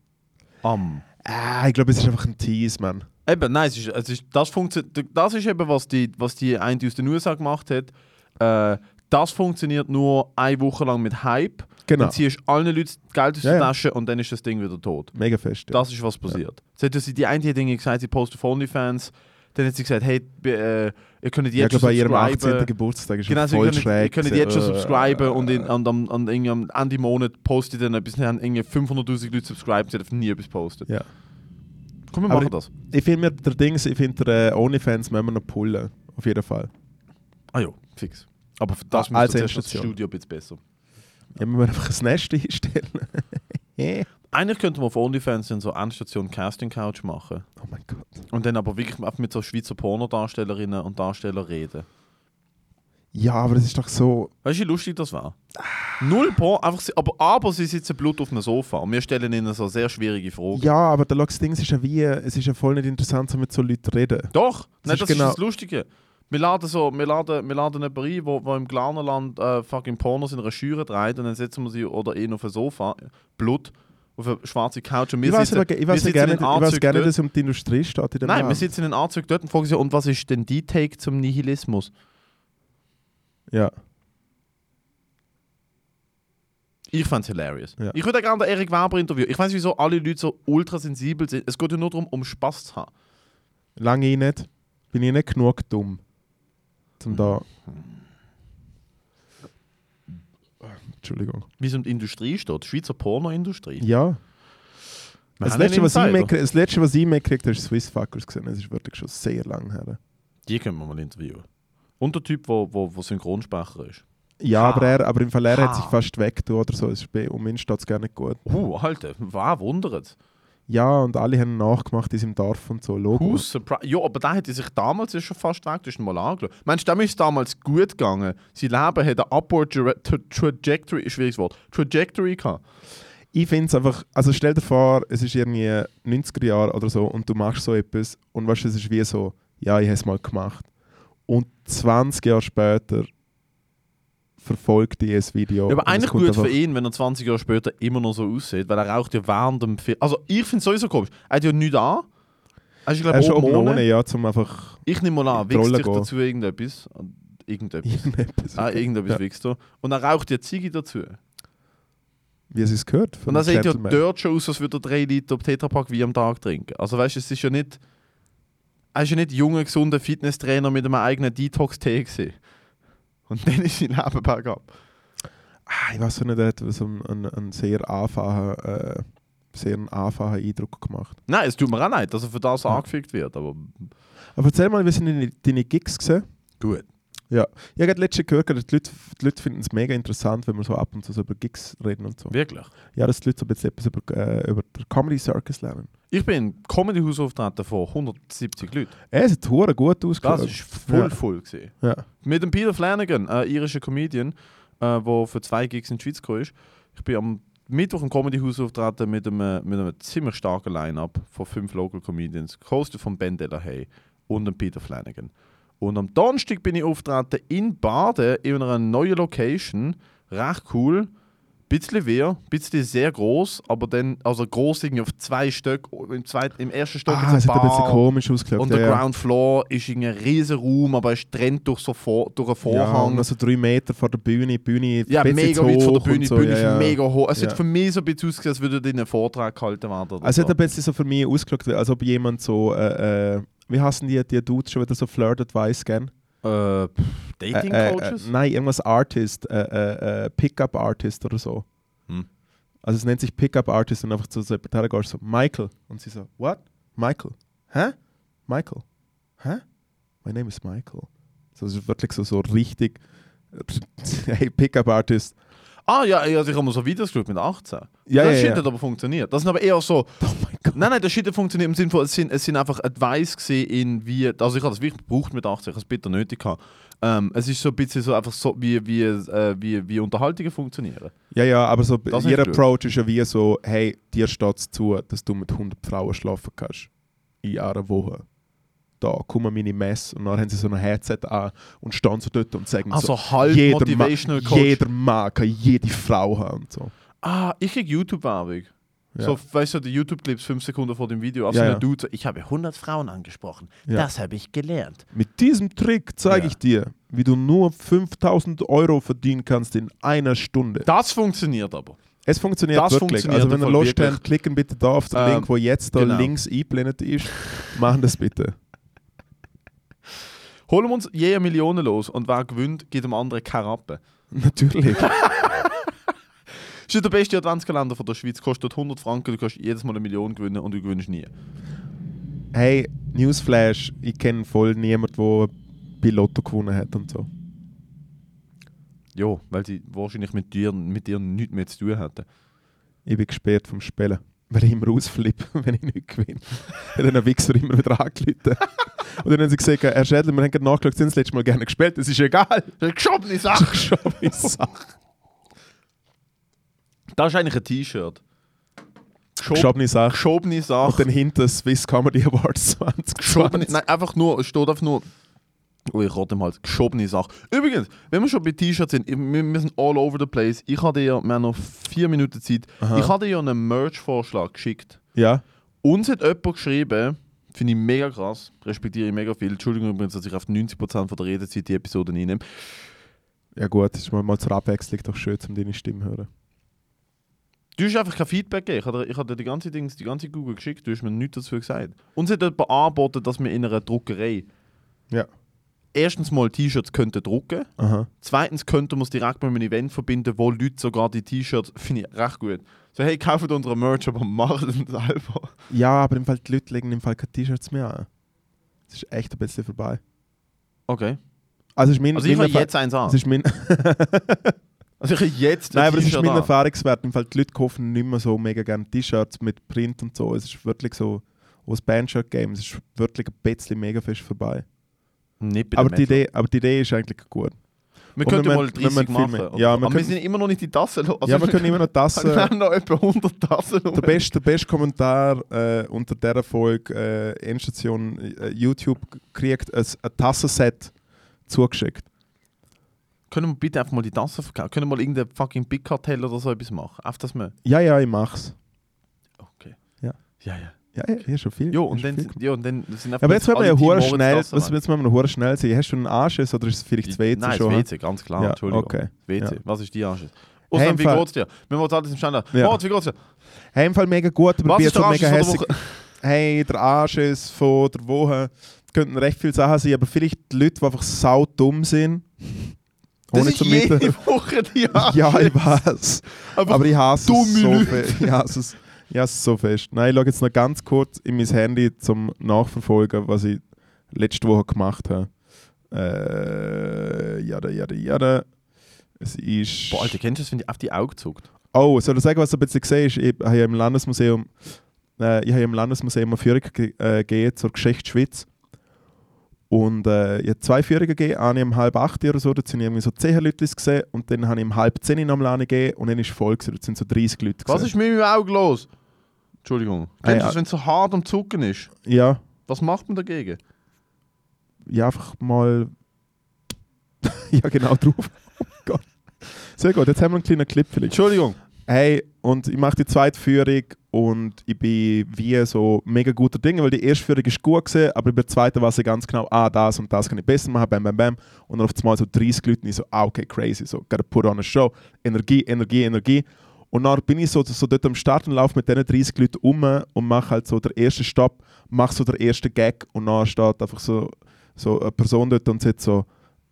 Speaker 2: Am.
Speaker 1: Ah, ich glaube, es ist einfach ein Tease, Mann.
Speaker 2: Eben, nein, es ist, es ist, das, funktio- das ist eben, was die, was die eine aus den USA gemacht hat. Äh, das funktioniert nur eine Woche lang mit Hype.
Speaker 1: Genau.
Speaker 2: Dann ziehst du allen Leuten Geld aus
Speaker 1: Ja,
Speaker 2: der
Speaker 1: ja.
Speaker 2: Tasche und dann ist das Ding wieder tot.
Speaker 1: Mega fest. Ja.
Speaker 2: Das ist, was passiert. Jetzt hat ja sie die eine Dinge gesagt, sie postet auf OnlyFans. Dann hat sie gesagt, hey, b- äh, ihr könnt jetzt
Speaker 1: ich glaube,
Speaker 2: schon
Speaker 1: bei ihrem
Speaker 2: subscriben.
Speaker 1: 18. Geburtstag ist
Speaker 2: Genau,
Speaker 1: genau,
Speaker 2: sie können,
Speaker 1: voll
Speaker 2: ihr
Speaker 1: schräg.
Speaker 2: könnt
Speaker 1: gewesen.
Speaker 2: jetzt schon
Speaker 1: Äh,
Speaker 2: subscriben und in, an, an, an, irgendwie am Ende Monat postet ihr dann etwas. Dann haben irgendwie 500'000 Leute subscribed, sie dürfen nie etwas posten.
Speaker 1: Ja.
Speaker 2: Komm, wir
Speaker 1: Aber
Speaker 2: machen das.
Speaker 1: Ich finde mir der Dings, ich finde der äh, OnlyFans müssen wir noch pullen. Auf jeden Fall.
Speaker 2: Ah ja, fix. Aber für das
Speaker 1: Ah,
Speaker 2: muss
Speaker 1: als
Speaker 2: zuerst das
Speaker 1: Institution.
Speaker 2: Studio ein bisschen besser.
Speaker 1: Ja, wir müssen einfach ein Nest einstellen.
Speaker 2: Eigentlich könnten wir auf OnlyFans dann so Endstation Casting Couch machen.
Speaker 1: oh mein Gott.
Speaker 2: Und dann aber wirklich einfach mit so Schweizer Pornodarstellerinnen und Darsteller reden.
Speaker 1: Ja, aber das ist doch so.
Speaker 2: Weißt du, wie lustig das war? Null Porn, einfach, sie- aber, aber sie sitzen blut auf einem Sofa und wir stellen ihnen so sehr schwierige Fragen.
Speaker 1: Ja, aber der Lux Dings ist ja wie. Es ist ja voll nicht interessant, so mit so Leuten zu reden. Das
Speaker 2: Doch, nein,
Speaker 1: ist
Speaker 2: das
Speaker 1: genau-
Speaker 2: ist das Lustige. Wir laden, so, wir laden, wir laden jemanden ein, wo, wo im Glanerland äh, fucking Pornos in einer Schüre dreht und dann setzen wir sie oder ihn auf ein Sofa, Blut, auf eine schwarze Couch und wir
Speaker 1: Ich weiß
Speaker 2: sitzen,
Speaker 1: aber ge- ich
Speaker 2: wir
Speaker 1: weiß ja
Speaker 2: sitzen
Speaker 1: gerne,
Speaker 2: in
Speaker 1: ich weiß
Speaker 2: Anzügen
Speaker 1: gerne,
Speaker 2: dort.
Speaker 1: dass es um die Industrie steht. In dem
Speaker 2: Nein,
Speaker 1: Land.
Speaker 2: wir sitzen in einem Anzug dort und fragen sie, und was ist denn die Take zum Nihilismus?
Speaker 1: Ja.
Speaker 2: Ich fand's hilarious.
Speaker 1: Ja.
Speaker 2: Ich würde auch gerne den Erik Weber interviewen. Ich weiß nicht, wieso alle Leute so ultrasensibel sind. Es geht ja nur darum, um Spaß zu haben.
Speaker 1: Lange ich nicht. Bin ich nicht genug dumm. Zum da. Entschuldigung.
Speaker 2: Wie es um die Industrie steht. Die Schweizer Pornoindustrie.
Speaker 1: Ja.
Speaker 2: Wir
Speaker 1: Das
Speaker 2: haben einen
Speaker 1: letzte, was ich
Speaker 2: Insider.
Speaker 1: mitkrieg- das letzte, was ich mitgekriegt habe, ist Swiss Fuckers gesehen. Das ist wirklich schon sehr lang her.
Speaker 2: Die können wir mal interviewen. Und der Typ, der wo, wo, wo Synchronsprecher ist.
Speaker 1: Ja,
Speaker 2: Ha.
Speaker 1: aber er, aber im Fall er hat sich
Speaker 2: Ha.
Speaker 1: fast weggetan oder so. Es ist bei- Um ihn steht es gar nicht gut.
Speaker 2: Uh, Alter, war wundert.
Speaker 1: Ja, und alle haben nachgemacht, die sind im Dorf und so. Logo.
Speaker 2: Who's surprised? Ja, aber der hat sich damals ja schon fast weg, das ist mal angeschaut. Meinst du, dem ist damals gut gegangen? Sein Leben hat eine Upward tra tra Trajectory, ist ein schwieriges Wort, Trajectory gehabt.
Speaker 1: Ich finde es einfach, also stell dir vor, es ist irgendwie 90er Jahre oder so und du machst so etwas und weißt du, es ist wie so, ja, ich habe es mal gemacht. Und 20 Jahre später verfolgt die ein Video.
Speaker 2: Ja, aber
Speaker 1: und es
Speaker 2: eigentlich
Speaker 1: Oh, kommt
Speaker 2: gut für
Speaker 1: einfach-
Speaker 2: ihn, wenn er 20 Jahre später immer noch so aussieht, weil er raucht ja während dem Film. Also ich finde es sowieso komisch. Er hat ja nichts an. Er ist,
Speaker 1: Er
Speaker 2: glaube
Speaker 1: ist
Speaker 2: ich,
Speaker 1: oben
Speaker 2: oben
Speaker 1: ohne,
Speaker 2: ohne.
Speaker 1: ja, zum einfach
Speaker 2: Ich nehme mal
Speaker 1: In
Speaker 2: an,
Speaker 1: die Rolle
Speaker 2: wächst dich
Speaker 1: gehen.
Speaker 2: dazu irgendetwas. Irgendetwas.
Speaker 1: irgendetwas.
Speaker 2: Ah, irgendetwas wächst du. Und er raucht ja Ziege dazu.
Speaker 1: Wie es es gehört. von
Speaker 2: Und er
Speaker 1: einem
Speaker 2: sieht ja
Speaker 1: Gentleman.
Speaker 2: dort schon aus, als würde er drei Liter Tetrapack wie am Tag trinken. Also weißt du, es ist ja nicht. Er ist ja nicht junger, gesunder Fitnesstrainer mit einem eigenen Detox-Tee gewesen. Und dann ist sein Leben bergab.
Speaker 1: Ah, ich weiß auch nicht, er hat so einen, einen, einen sehr einfachen, äh, sehr einen einfachen Eindruck gemacht.
Speaker 2: Nein, es tut mir auch leid, dass er für das
Speaker 1: Ja.
Speaker 2: angefickt wird, aber
Speaker 1: Aber erzähl mal, wie sind deine, deine Gigs gesehen?
Speaker 2: gut.
Speaker 1: Ich habe gerade letztens gehört, dass die Leute, die Leute finden es mega interessant, wenn wir so ab und zu so über Gigs reden und so.
Speaker 2: Wirklich.
Speaker 1: Ja, dass die Leute so ein bisschen etwas über, äh, über den Comedy Circus lernen.
Speaker 2: Ich bin im Comedy-Haus auftreten von 170 Leuten.
Speaker 1: Äh, es hat hure gut ausgeschaut.
Speaker 2: Das ist voll
Speaker 1: Ja.
Speaker 2: voll gewesen.
Speaker 1: ja.
Speaker 2: Mit dem Peter Flanagan, äh, irischer Comedian, äh, der für zwei Gigs in die Schweiz gekommen ist. Ich bin am Mittwoch im Comedy House auftreten mit einem, äh, mit einem ziemlich starken Line-Up von fünf Local Comedians, gehostet von Ben Delahaye und dem Peter Flanagan. Und am Donnerstag bin ich auftreten in Baden in einer neuen Location. Recht cool. bisschen wir, bisschen sehr groß, aber dann, also groß irgendwie auf zwei Stück. Im, zweiten, im ersten Stock
Speaker 1: Ah, es
Speaker 2: ist
Speaker 1: hat
Speaker 2: eine
Speaker 1: ein bisschen
Speaker 2: Bar.
Speaker 1: komisch ausgeschaut.
Speaker 2: Und
Speaker 1: ja,
Speaker 2: der
Speaker 1: ja.
Speaker 2: Ground Floor ist in einem riesen Raum, aber ist trennt durch, so vor, durch einen
Speaker 1: Ja,
Speaker 2: Vorhang.
Speaker 1: und also drei Meter vor der Bühne, Bühne
Speaker 2: Ja,
Speaker 1: ein bisschen
Speaker 2: mega
Speaker 1: zu
Speaker 2: weit von der
Speaker 1: hoch und
Speaker 2: Bühne. Die
Speaker 1: so,
Speaker 2: Bühne
Speaker 1: ja, ja.
Speaker 2: ist mega hoch. Es
Speaker 1: Ja.
Speaker 2: hat für mich so ein bisschen ausgesehen, als würde in einen Vortrag gehalten werden. Oder
Speaker 1: Also es
Speaker 2: so.
Speaker 1: hat ein bisschen so für mich ausgeschaut, wie- als ob jemand so, äh, äh, wie heißen die, die Dudes schon wieder so flirtet, weiß gern?
Speaker 2: äh, pff, Dating
Speaker 1: Äh,
Speaker 2: Coaches?
Speaker 1: Äh, äh, nein, irgendwas Artist, äh, äh, äh, Pickup Artist oder so.
Speaker 2: Hm.
Speaker 1: Also es nennt sich Pickup Artist und einfach zu so jemandem hergehst, so Michael und sie so What? Michael? Hä? Michael? Hä? My name is Michael. So, es ist wirklich so, so richtig Hey Pickup Artist.
Speaker 2: ah ja, also ich habe mir so Videos geschaut mit 18.
Speaker 1: Ja,
Speaker 2: das
Speaker 1: ja,
Speaker 2: Shit
Speaker 1: ja.
Speaker 2: hat aber funktioniert. Das sind aber eher so,
Speaker 1: Oh mein Gott.
Speaker 2: Nein, nein, das Shit funktioniert im Sinne von, es sind, es sind einfach Advice gesehen, in wie. Also, ich habe das wirklich gebraucht mit 18, ich habe es bitter nötig gehabt. Ähm, es ist so ein bisschen so einfach so, wie, wie, äh, wie, wie Unterhaltungen funktionieren.
Speaker 1: Ja, ja, aber so
Speaker 2: Das
Speaker 1: ihr
Speaker 2: ist blöd.
Speaker 1: Approach ist ja wie so, hey, dir steht es zu, dass du mit 100 Frauen schlafen kannst. In einer Woche. Da kommen meine Messe und dann haben sie so ein Headset an und stehen so dort und sagen so,
Speaker 2: Also, halb
Speaker 1: jeder
Speaker 2: Motivational
Speaker 1: Ma-
Speaker 2: Coach.
Speaker 1: Jeder Mann kann jede Frau haben und so.
Speaker 2: Ah, ich krieg YouTube-Werbung. So, weißt du, die YouTube-Clips fünf Sekunden vor dem Video auf
Speaker 1: Ja,
Speaker 2: so eine
Speaker 1: ja.
Speaker 2: Dude. Ich habe 100 Frauen angesprochen.
Speaker 1: Ja.
Speaker 2: Das habe ich gelernt.
Speaker 1: Mit diesem Trick zeige
Speaker 2: Ja.
Speaker 1: ich dir, wie du nur 5000 Euro verdienen kannst in einer Stunde.
Speaker 2: Das funktioniert aber.
Speaker 1: es funktioniert
Speaker 2: das
Speaker 1: wirklich.
Speaker 2: funktioniert
Speaker 1: also wenn ihr
Speaker 2: voll
Speaker 1: Lust
Speaker 2: wirklich.
Speaker 1: habt, klicken bitte da auf den
Speaker 2: Ähm,
Speaker 1: Link, wo jetzt da
Speaker 2: genau.
Speaker 1: links eingeblendet ist. Machen das bitte.
Speaker 2: Holen wir uns je eine Million los und wer gewinnt, geht dem anderen keine Rappe.
Speaker 1: Natürlich.
Speaker 2: Das ist der beste Adventskalender von der Schweiz, kostet 100 Franken, du kannst jedes Mal eine Million gewinnen und du gewinnst nie.
Speaker 1: hey, Newsflash, ich kenne voll niemanden, der Piloto gewonnen hat und so.
Speaker 2: Ja, weil sie wahrscheinlich mit dir, mit dir nichts mehr zu tun hatten.
Speaker 1: Ich bin gesperrt vom Spielen, weil ich immer ausflippe, wenn ich nicht gewinne. Dann haben Wichser immer wieder angeläutet. Und dann haben sie gesagt, Herr Schädler, wir haben gerade nachgeschaut, sie haben das letzte Mal gerne gespielt, das ist egal.
Speaker 2: Das ist eine geschobene Sache!
Speaker 1: Schon meine Sache.
Speaker 2: Das ist eigentlich ein T-Shirt. Geschob-
Speaker 1: Geschobene Sache.
Speaker 2: Geschobene
Speaker 1: Und
Speaker 2: Sache.
Speaker 1: dann hinter Swiss Comedy Awards 20.
Speaker 2: Geschobene, nein, einfach nur, es steht einfach nur. Oh, ich rote mal, geschobene Sache. Übrigens, wenn wir schon bei T-Shirts sind, ich- wir, wir sind all over the place. Ich hatte ja, wir haben noch vier Minuten Zeit.
Speaker 1: Aha.
Speaker 2: Ich hatte ja einen Merch-Vorschlag geschickt.
Speaker 1: Ja,
Speaker 2: Uns hat jemand geschrieben, finde ich mega krass, respektiere ich mega viel. Entschuldigung übrigens, dass ich auf 90% von der Redezeit die Episode einnehme.
Speaker 1: ja gut, ist mal, mal zur Abwechslung doch schön, um deine Stimme zu hören.
Speaker 2: Du hast einfach kein Feedback gegeben. Ich habe dir- Ich habe dir die ganze, Dings, die ganze Google geschickt, du hast mir nichts dazu gesagt. Uns hat jemand angeboten, dass wir in einer Druckerei
Speaker 1: Ja.
Speaker 2: erstens mal T-Shirts könnten drucken
Speaker 1: Aha.
Speaker 2: Zweitens könnten wir es direkt mit einem Event verbinden, wo Leute sogar die T-Shirts, finde ich recht gut. So, hey, kauft unseren Merch, aber macht es selber.
Speaker 1: Ja, aber im Fall, die Leute legen im Fall keine T-Shirts mehr an. Das ist echt ein bisschen vorbei.
Speaker 2: Okay.
Speaker 1: Also, ist mein,
Speaker 2: Also ich
Speaker 1: mein
Speaker 2: habe
Speaker 1: Erfa-
Speaker 2: jetzt eins an.
Speaker 1: Das ist mein,
Speaker 2: Also ich habe jetzt ein
Speaker 1: Nein, aber das ist
Speaker 2: T-Shirt
Speaker 1: mein
Speaker 2: an.
Speaker 1: Erfahrungswert. Im Fall, die Leute kaufen nicht mehr so mega gerne T-Shirts mit Print und so. Es ist wirklich so, wo das Bandshirt Game, es ist wirklich ein bisschen mega fest vorbei.
Speaker 2: Nicht bei
Speaker 1: Aber
Speaker 2: dem
Speaker 1: die,
Speaker 2: Match.
Speaker 1: Idee, aber die Idee ist eigentlich gut.
Speaker 2: Wir
Speaker 1: Und
Speaker 2: könnten
Speaker 1: wir
Speaker 2: mal
Speaker 1: müssen- wir
Speaker 2: 30
Speaker 1: müssen viel
Speaker 2: machen.
Speaker 1: mehr. Ja,
Speaker 2: oder so.
Speaker 1: wir
Speaker 2: aber wir
Speaker 1: können-
Speaker 2: sind immer noch nicht die Tasse los.
Speaker 1: ja, wir können immer noch das.
Speaker 2: Wir
Speaker 1: Äh,
Speaker 2: haben noch etwa 100 Tassen
Speaker 1: der, beste, der beste Kommentar äh, unter dieser Folge äh, Endstation äh, YouTube kriegt ein, ein Tassenset zugeschickt.
Speaker 2: Können wir bitte einfach mal die Tassen verkaufen? Können wir mal irgendein fucking Big Cartel oder so etwas machen? Auf das wir...
Speaker 1: Ja, ja, ich mach's.
Speaker 2: Okay.
Speaker 1: Ja.
Speaker 2: Ja, ja.
Speaker 1: Ja, ja, hier ist schon viel.
Speaker 2: Jo,
Speaker 1: hier
Speaker 2: und
Speaker 1: ist
Speaker 2: dann,
Speaker 1: viel
Speaker 2: sind- jo, und dann sind einfach
Speaker 1: aber jetzt müssen wir ja
Speaker 2: alle
Speaker 1: hure
Speaker 2: Team
Speaker 1: schnell,
Speaker 2: Moritz Tassen
Speaker 1: was, jetzt müssen wir noch hure schnell sein. Hast du einen Anschiss oder ist es vielleicht das WC
Speaker 2: Nein,
Speaker 1: schon?
Speaker 2: das WC, ganz klar.
Speaker 1: Ja,
Speaker 2: Entschuldigung.
Speaker 1: okay.
Speaker 2: Das WC.
Speaker 1: Ja.
Speaker 2: Was ist die Anschluss?
Speaker 1: Hey,
Speaker 2: Ostern,
Speaker 1: im
Speaker 2: wie
Speaker 1: Fall-
Speaker 2: geht's dir? Wir machen alles im Standard.
Speaker 1: Ja.
Speaker 2: Moritz, wie geht's dir?
Speaker 1: Hey, im Fall mega gut, aber
Speaker 2: Was
Speaker 1: bin jetzt
Speaker 2: ist der
Speaker 1: schon mega
Speaker 2: Anschluss
Speaker 1: hässlich.
Speaker 2: von der Woche?
Speaker 1: Hey, der Arsch ist von der Woche. Es könnten recht viele Sachen sein, aber vielleicht die Leute, die einfach saudumm sind.
Speaker 2: Das ist
Speaker 1: zu
Speaker 2: jede
Speaker 1: mitten-
Speaker 2: Woche die Anschluss.
Speaker 1: Ja, ich weiß.
Speaker 2: Einfach
Speaker 1: Aber ich hasse es
Speaker 2: dumme
Speaker 1: so
Speaker 2: Leute.
Speaker 1: fest. Ich hasse es, ich hasse es so fest. Nein, ich schaue jetzt noch ganz kurz in mein Handy zum Nachverfolgen, was ich letzte Woche gemacht habe. Äh, jada, jada, jada. Es ist.
Speaker 2: Boah, Alter, kennst du das, wenn die auf die Augen zuckt?
Speaker 1: Oh, soll ich sagen, was du ein bisschen gesehen hast? Ich habe ja im Landesmuseum, äh, ich habe ja im Landesmuseum eine Führung ge äh, gegeben zur Geschichte der Schweiz. Und äh, ich habe zwei Führungen gegeben, eine um halb acht oder so, da sind irgendwie so zehn Leute gesehen und dann habe ich um halb zehn nochmal eine gegeben und dann ist es voll gewesen, da sind so 30 Leute
Speaker 2: Was
Speaker 1: gewesen.
Speaker 2: ist mit meinem Auge los? Entschuldigung.
Speaker 1: Ah,
Speaker 2: Kennst du
Speaker 1: ja.
Speaker 2: das, wenn es so hart am Zucken ist?
Speaker 1: Ja,
Speaker 2: Was macht man dagegen?
Speaker 1: ja, einfach mal... ja, genau, drauf. Oh Gott. Sehr gut, jetzt haben wir einen kleinen Clip vielleicht.
Speaker 2: Entschuldigung.
Speaker 1: Hey, und ich mache die zweite Führung und ich bin wie so mega guter Dinge, weil die erste Führung ist gut gewesen, aber bei der zweiten weiß ich ganz genau, ah, das und das kann ich besser machen, bam, bam, bam. Und dann auf einmal so 30 Leute und ich so, ah, okay, crazy, so, gotta put on a show. Energie, Energie, Energie. Und dann bin ich so, so dort am Start und laufe mit diesen 30 Leuten um und mache halt so den ersten Stopp, mache so den ersten Gag und dann steht einfach so, so eine Person dort und sagt so,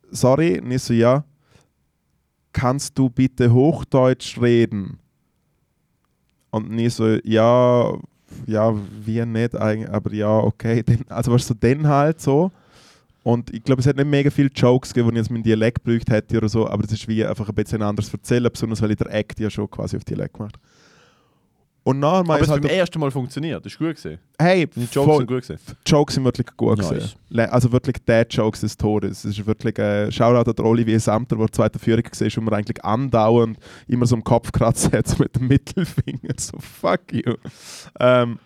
Speaker 1: sorry, und ich so, ja, kannst du bitte Hochdeutsch reden? Und ich so, ja, ja, wir nicht eigentlich, aber ja, okay. Dann, also weißt du, so dann halt so. Und ich glaube, es hat nicht mega viele Jokes gegeben, wo ich jetzt meinen Dialekt gebraucht hätte oder so, aber es ist wie einfach ein bisschen anders erzählen, besonders weil ich der Act ja schon quasi auf Dialekt gemacht habe. Und nachher
Speaker 2: Aber
Speaker 1: meinte
Speaker 2: es
Speaker 1: ich
Speaker 2: hat
Speaker 1: halt,
Speaker 2: beim ersten Mal funktioniert. Das ist gut gesehen.
Speaker 1: hey,
Speaker 2: Die Jokes
Speaker 1: voll,
Speaker 2: sind gut gesehen.
Speaker 1: Jokes sind wirklich gut
Speaker 2: Nice.
Speaker 1: gewesen. Le- Also wirklich der Jokes des Todes. Es ist wirklich ein Shoutout an den Olivier Samter, der zweite Führung gesehen ist, wo man eigentlich andauernd immer so im Kopf kratzt hat, so mit dem Mittelfinger. So fuck you. Ähm,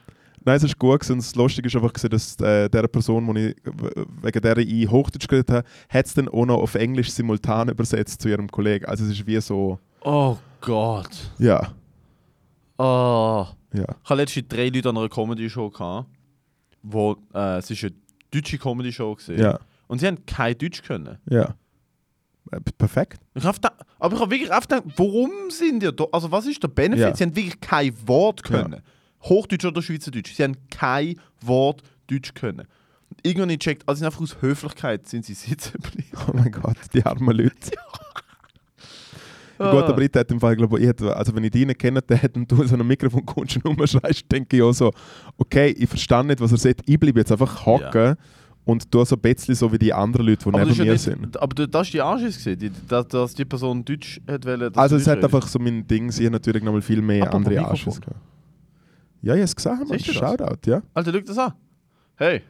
Speaker 1: nein, es ist gut gewesen. Und Das Lustige ist einfach, gewesen, dass äh, der Person, die ich, w- wegen der ich Hochdeutsch geredet habe, hat es dann auch noch auf Englisch simultan übersetzt zu ihrem Kollegen. Also es ist wie so,
Speaker 2: Oh Gott.
Speaker 1: ja.
Speaker 2: Oh.
Speaker 1: Ja.
Speaker 2: Ich habe letztens drei Leute an einer Comedy-Show gehabt, wo äh, es ist eine deutsche Comedy-Show gewesen.
Speaker 1: Ja.
Speaker 2: Und sie haben kein Deutsch können.
Speaker 1: Ja. Äh, p- Perfekt.
Speaker 2: Ich hab da, aber ich habe wirklich oft gedacht, warum sind ihr da? Also was ist der Benefit?
Speaker 1: Ja.
Speaker 2: Sie haben wirklich kein Wort können. Hochdeutsch oder Schweizerdeutsch. Sie haben kein Wort Deutsch können. Und Irgendwann nicht checkt, also sind einfach aus Höflichkeit sind sie sitzen geblieben.
Speaker 1: Oh mein Gott, die armen Leute.
Speaker 2: Ah.
Speaker 1: Gut, aber ich hätte im Fall, glaube ich, ich, hätte- also wenn ich deinen kennengelernt hätte und du so ein Mikrofon kommst und rumschreist, denke ich auch so, okay, ich verstand nicht, was er sagt, ich bleibe jetzt einfach hocken und tu so ein bisschen so wie die anderen Leute, die
Speaker 2: aber
Speaker 1: neben
Speaker 2: das ist
Speaker 1: mir
Speaker 2: ja nicht,
Speaker 1: sind.
Speaker 2: Aber du- das war die Anschiss, gewesen, die, dass, dass die Person Deutsch hat wollen, dass
Speaker 1: Also
Speaker 2: sie
Speaker 1: es hat
Speaker 2: Deutsch redet.
Speaker 1: einfach so mein Ding, sie hat natürlich nochmal viel mehr
Speaker 2: Apropos
Speaker 1: andere
Speaker 2: Mikrofon.
Speaker 1: Anschiss gehabt. Ja, ich habe es gesehen, Mann.
Speaker 2: Siehst du das?
Speaker 1: Shoutout, ja.
Speaker 2: Alter, schau das an. Hey,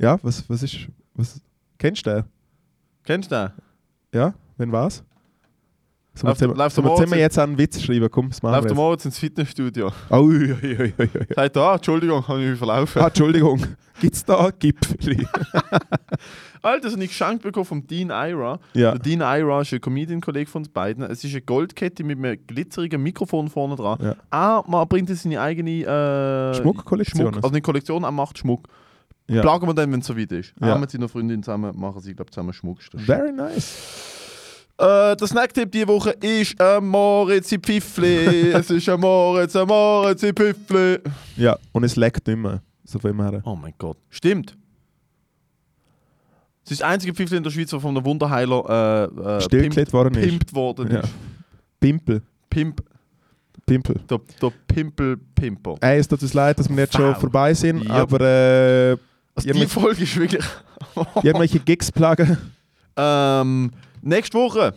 Speaker 1: Ja, was, was ist, was, kennst du den?
Speaker 2: kennst du den?
Speaker 1: Ja, wenn was? So,
Speaker 2: Läuft-
Speaker 1: jetzt haben wir-
Speaker 2: läuft
Speaker 1: so,
Speaker 2: am
Speaker 1: jetzt haben wir
Speaker 2: Morgen-
Speaker 1: jetzt einen Witz schreiben, komm, das machen
Speaker 2: Läuft
Speaker 1: wir
Speaker 2: am
Speaker 1: jetzt.
Speaker 2: Abend ins Fitnessstudio.
Speaker 1: Oh, ui, ui, ui, ui, ui.
Speaker 2: Sagt, ah, Entschuldigung, habe ich mich verlaufen.
Speaker 1: Ah, Entschuldigung, gibt es da Gipfeli?
Speaker 2: Alter, so ein Geschenk bekommen vom Dean Ira.
Speaker 1: ja.
Speaker 2: Der Dean Ira ist ein Comedian-Kollege von uns beiden. Es ist eine Goldkette mit einem glitzerigen Mikrofon vorne dran.
Speaker 1: Ja.
Speaker 2: Ah, man bringt in seine eigene äh,
Speaker 1: Schmuckkollektion.
Speaker 2: Schmuck, also eine Kollektion, er macht Schmuck.
Speaker 1: Ja.
Speaker 2: Plagen wir dann, wenn es soweit ist.
Speaker 1: Ja.
Speaker 2: Ja. mit seiner Freundin zusammen machen sie, glaube zusammen Schmuck. Das ist-
Speaker 1: Very nice.
Speaker 2: Äh, der Snacktipp diese Woche ist ein Moritz in Pfiffli. es ist ein Moritz, ein Moritz in Pfiffli.
Speaker 1: Ja, und es leckt nicht mehr. So viel mehr.
Speaker 2: Oh mein Gott. Stimmt. Es ist das einzige Pfiffli in der Schweiz, das von einem Wunderheiler äh, äh, pimpt,
Speaker 1: Stillgelegt worden ist.
Speaker 2: pimpt worden
Speaker 1: Ja.
Speaker 2: ist.
Speaker 1: Pimpel.
Speaker 2: Pimp.
Speaker 1: Pimpel.
Speaker 2: Der, der Pimpel-Pimper.
Speaker 1: Ey, es tut uns leid, dass wir jetzt schon
Speaker 2: Wow.
Speaker 1: vorbei sind,
Speaker 2: Yep.
Speaker 1: aber äh, ihr
Speaker 2: Also
Speaker 1: Ja,
Speaker 2: die
Speaker 1: mit-
Speaker 2: Folge ist wirklich.
Speaker 1: habt irgendwelche Gigs plagen.
Speaker 2: ähm, nächste Woche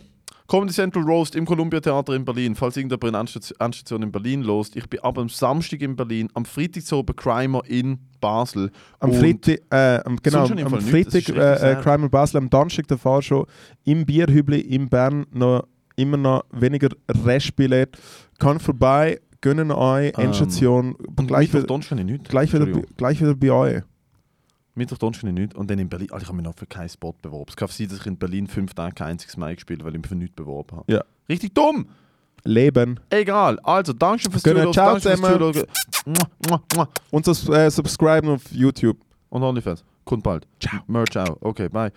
Speaker 2: Comedy Central Roast im Columbia Theater in Berlin. Falls irgendjemand eine Ansta- Anstation in Berlin lost, ich bin ab am Samstag in Berlin, am Freitag so bei Crimer in Basel.
Speaker 1: Am
Speaker 2: Und-
Speaker 1: Freitag, äh, am- genau,
Speaker 2: schon im
Speaker 1: am
Speaker 2: Fall nichts, das
Speaker 1: Freitag
Speaker 2: ist richtig
Speaker 1: äh, äh,
Speaker 2: sad.
Speaker 1: Crime in Basel, am Donnerstag davor schon im Bierhübli in Bern noch immer noch weniger Restbillett. Kommt vorbei, gönnen euch,
Speaker 2: Ähm,
Speaker 1: Endstation,
Speaker 2: Und
Speaker 1: gleich,
Speaker 2: Mittwoch,
Speaker 1: wieder,
Speaker 2: Donnerstag habe ich nichts.
Speaker 1: gleich, wieder,
Speaker 2: Entschuldigung.
Speaker 1: bei- gleich wieder bei euch.
Speaker 2: Mittwoch, Donnerstag habe ich nichts. Und dann in Berlin. Alter, ich habe mich noch für keinen Spot beworben. Es kann sein, dass ich in Berlin fünf Tage kein einziges Mal gespielt habe, weil ich mich für nichts beworben habe.
Speaker 1: Ja.
Speaker 2: Richtig dumm!
Speaker 1: Leben.
Speaker 2: Egal. Also, danke schön fürs
Speaker 1: Gönnt.
Speaker 2: Zuhören.
Speaker 1: Ciao
Speaker 2: danke schön fürs
Speaker 1: zusammen.
Speaker 2: Zuhören. Mua, mua, mua.
Speaker 1: Und das, äh, subscriben auf YouTube.
Speaker 2: Und OnlyFans. Kommt bald. Ciao. Merch out. Okay, bye.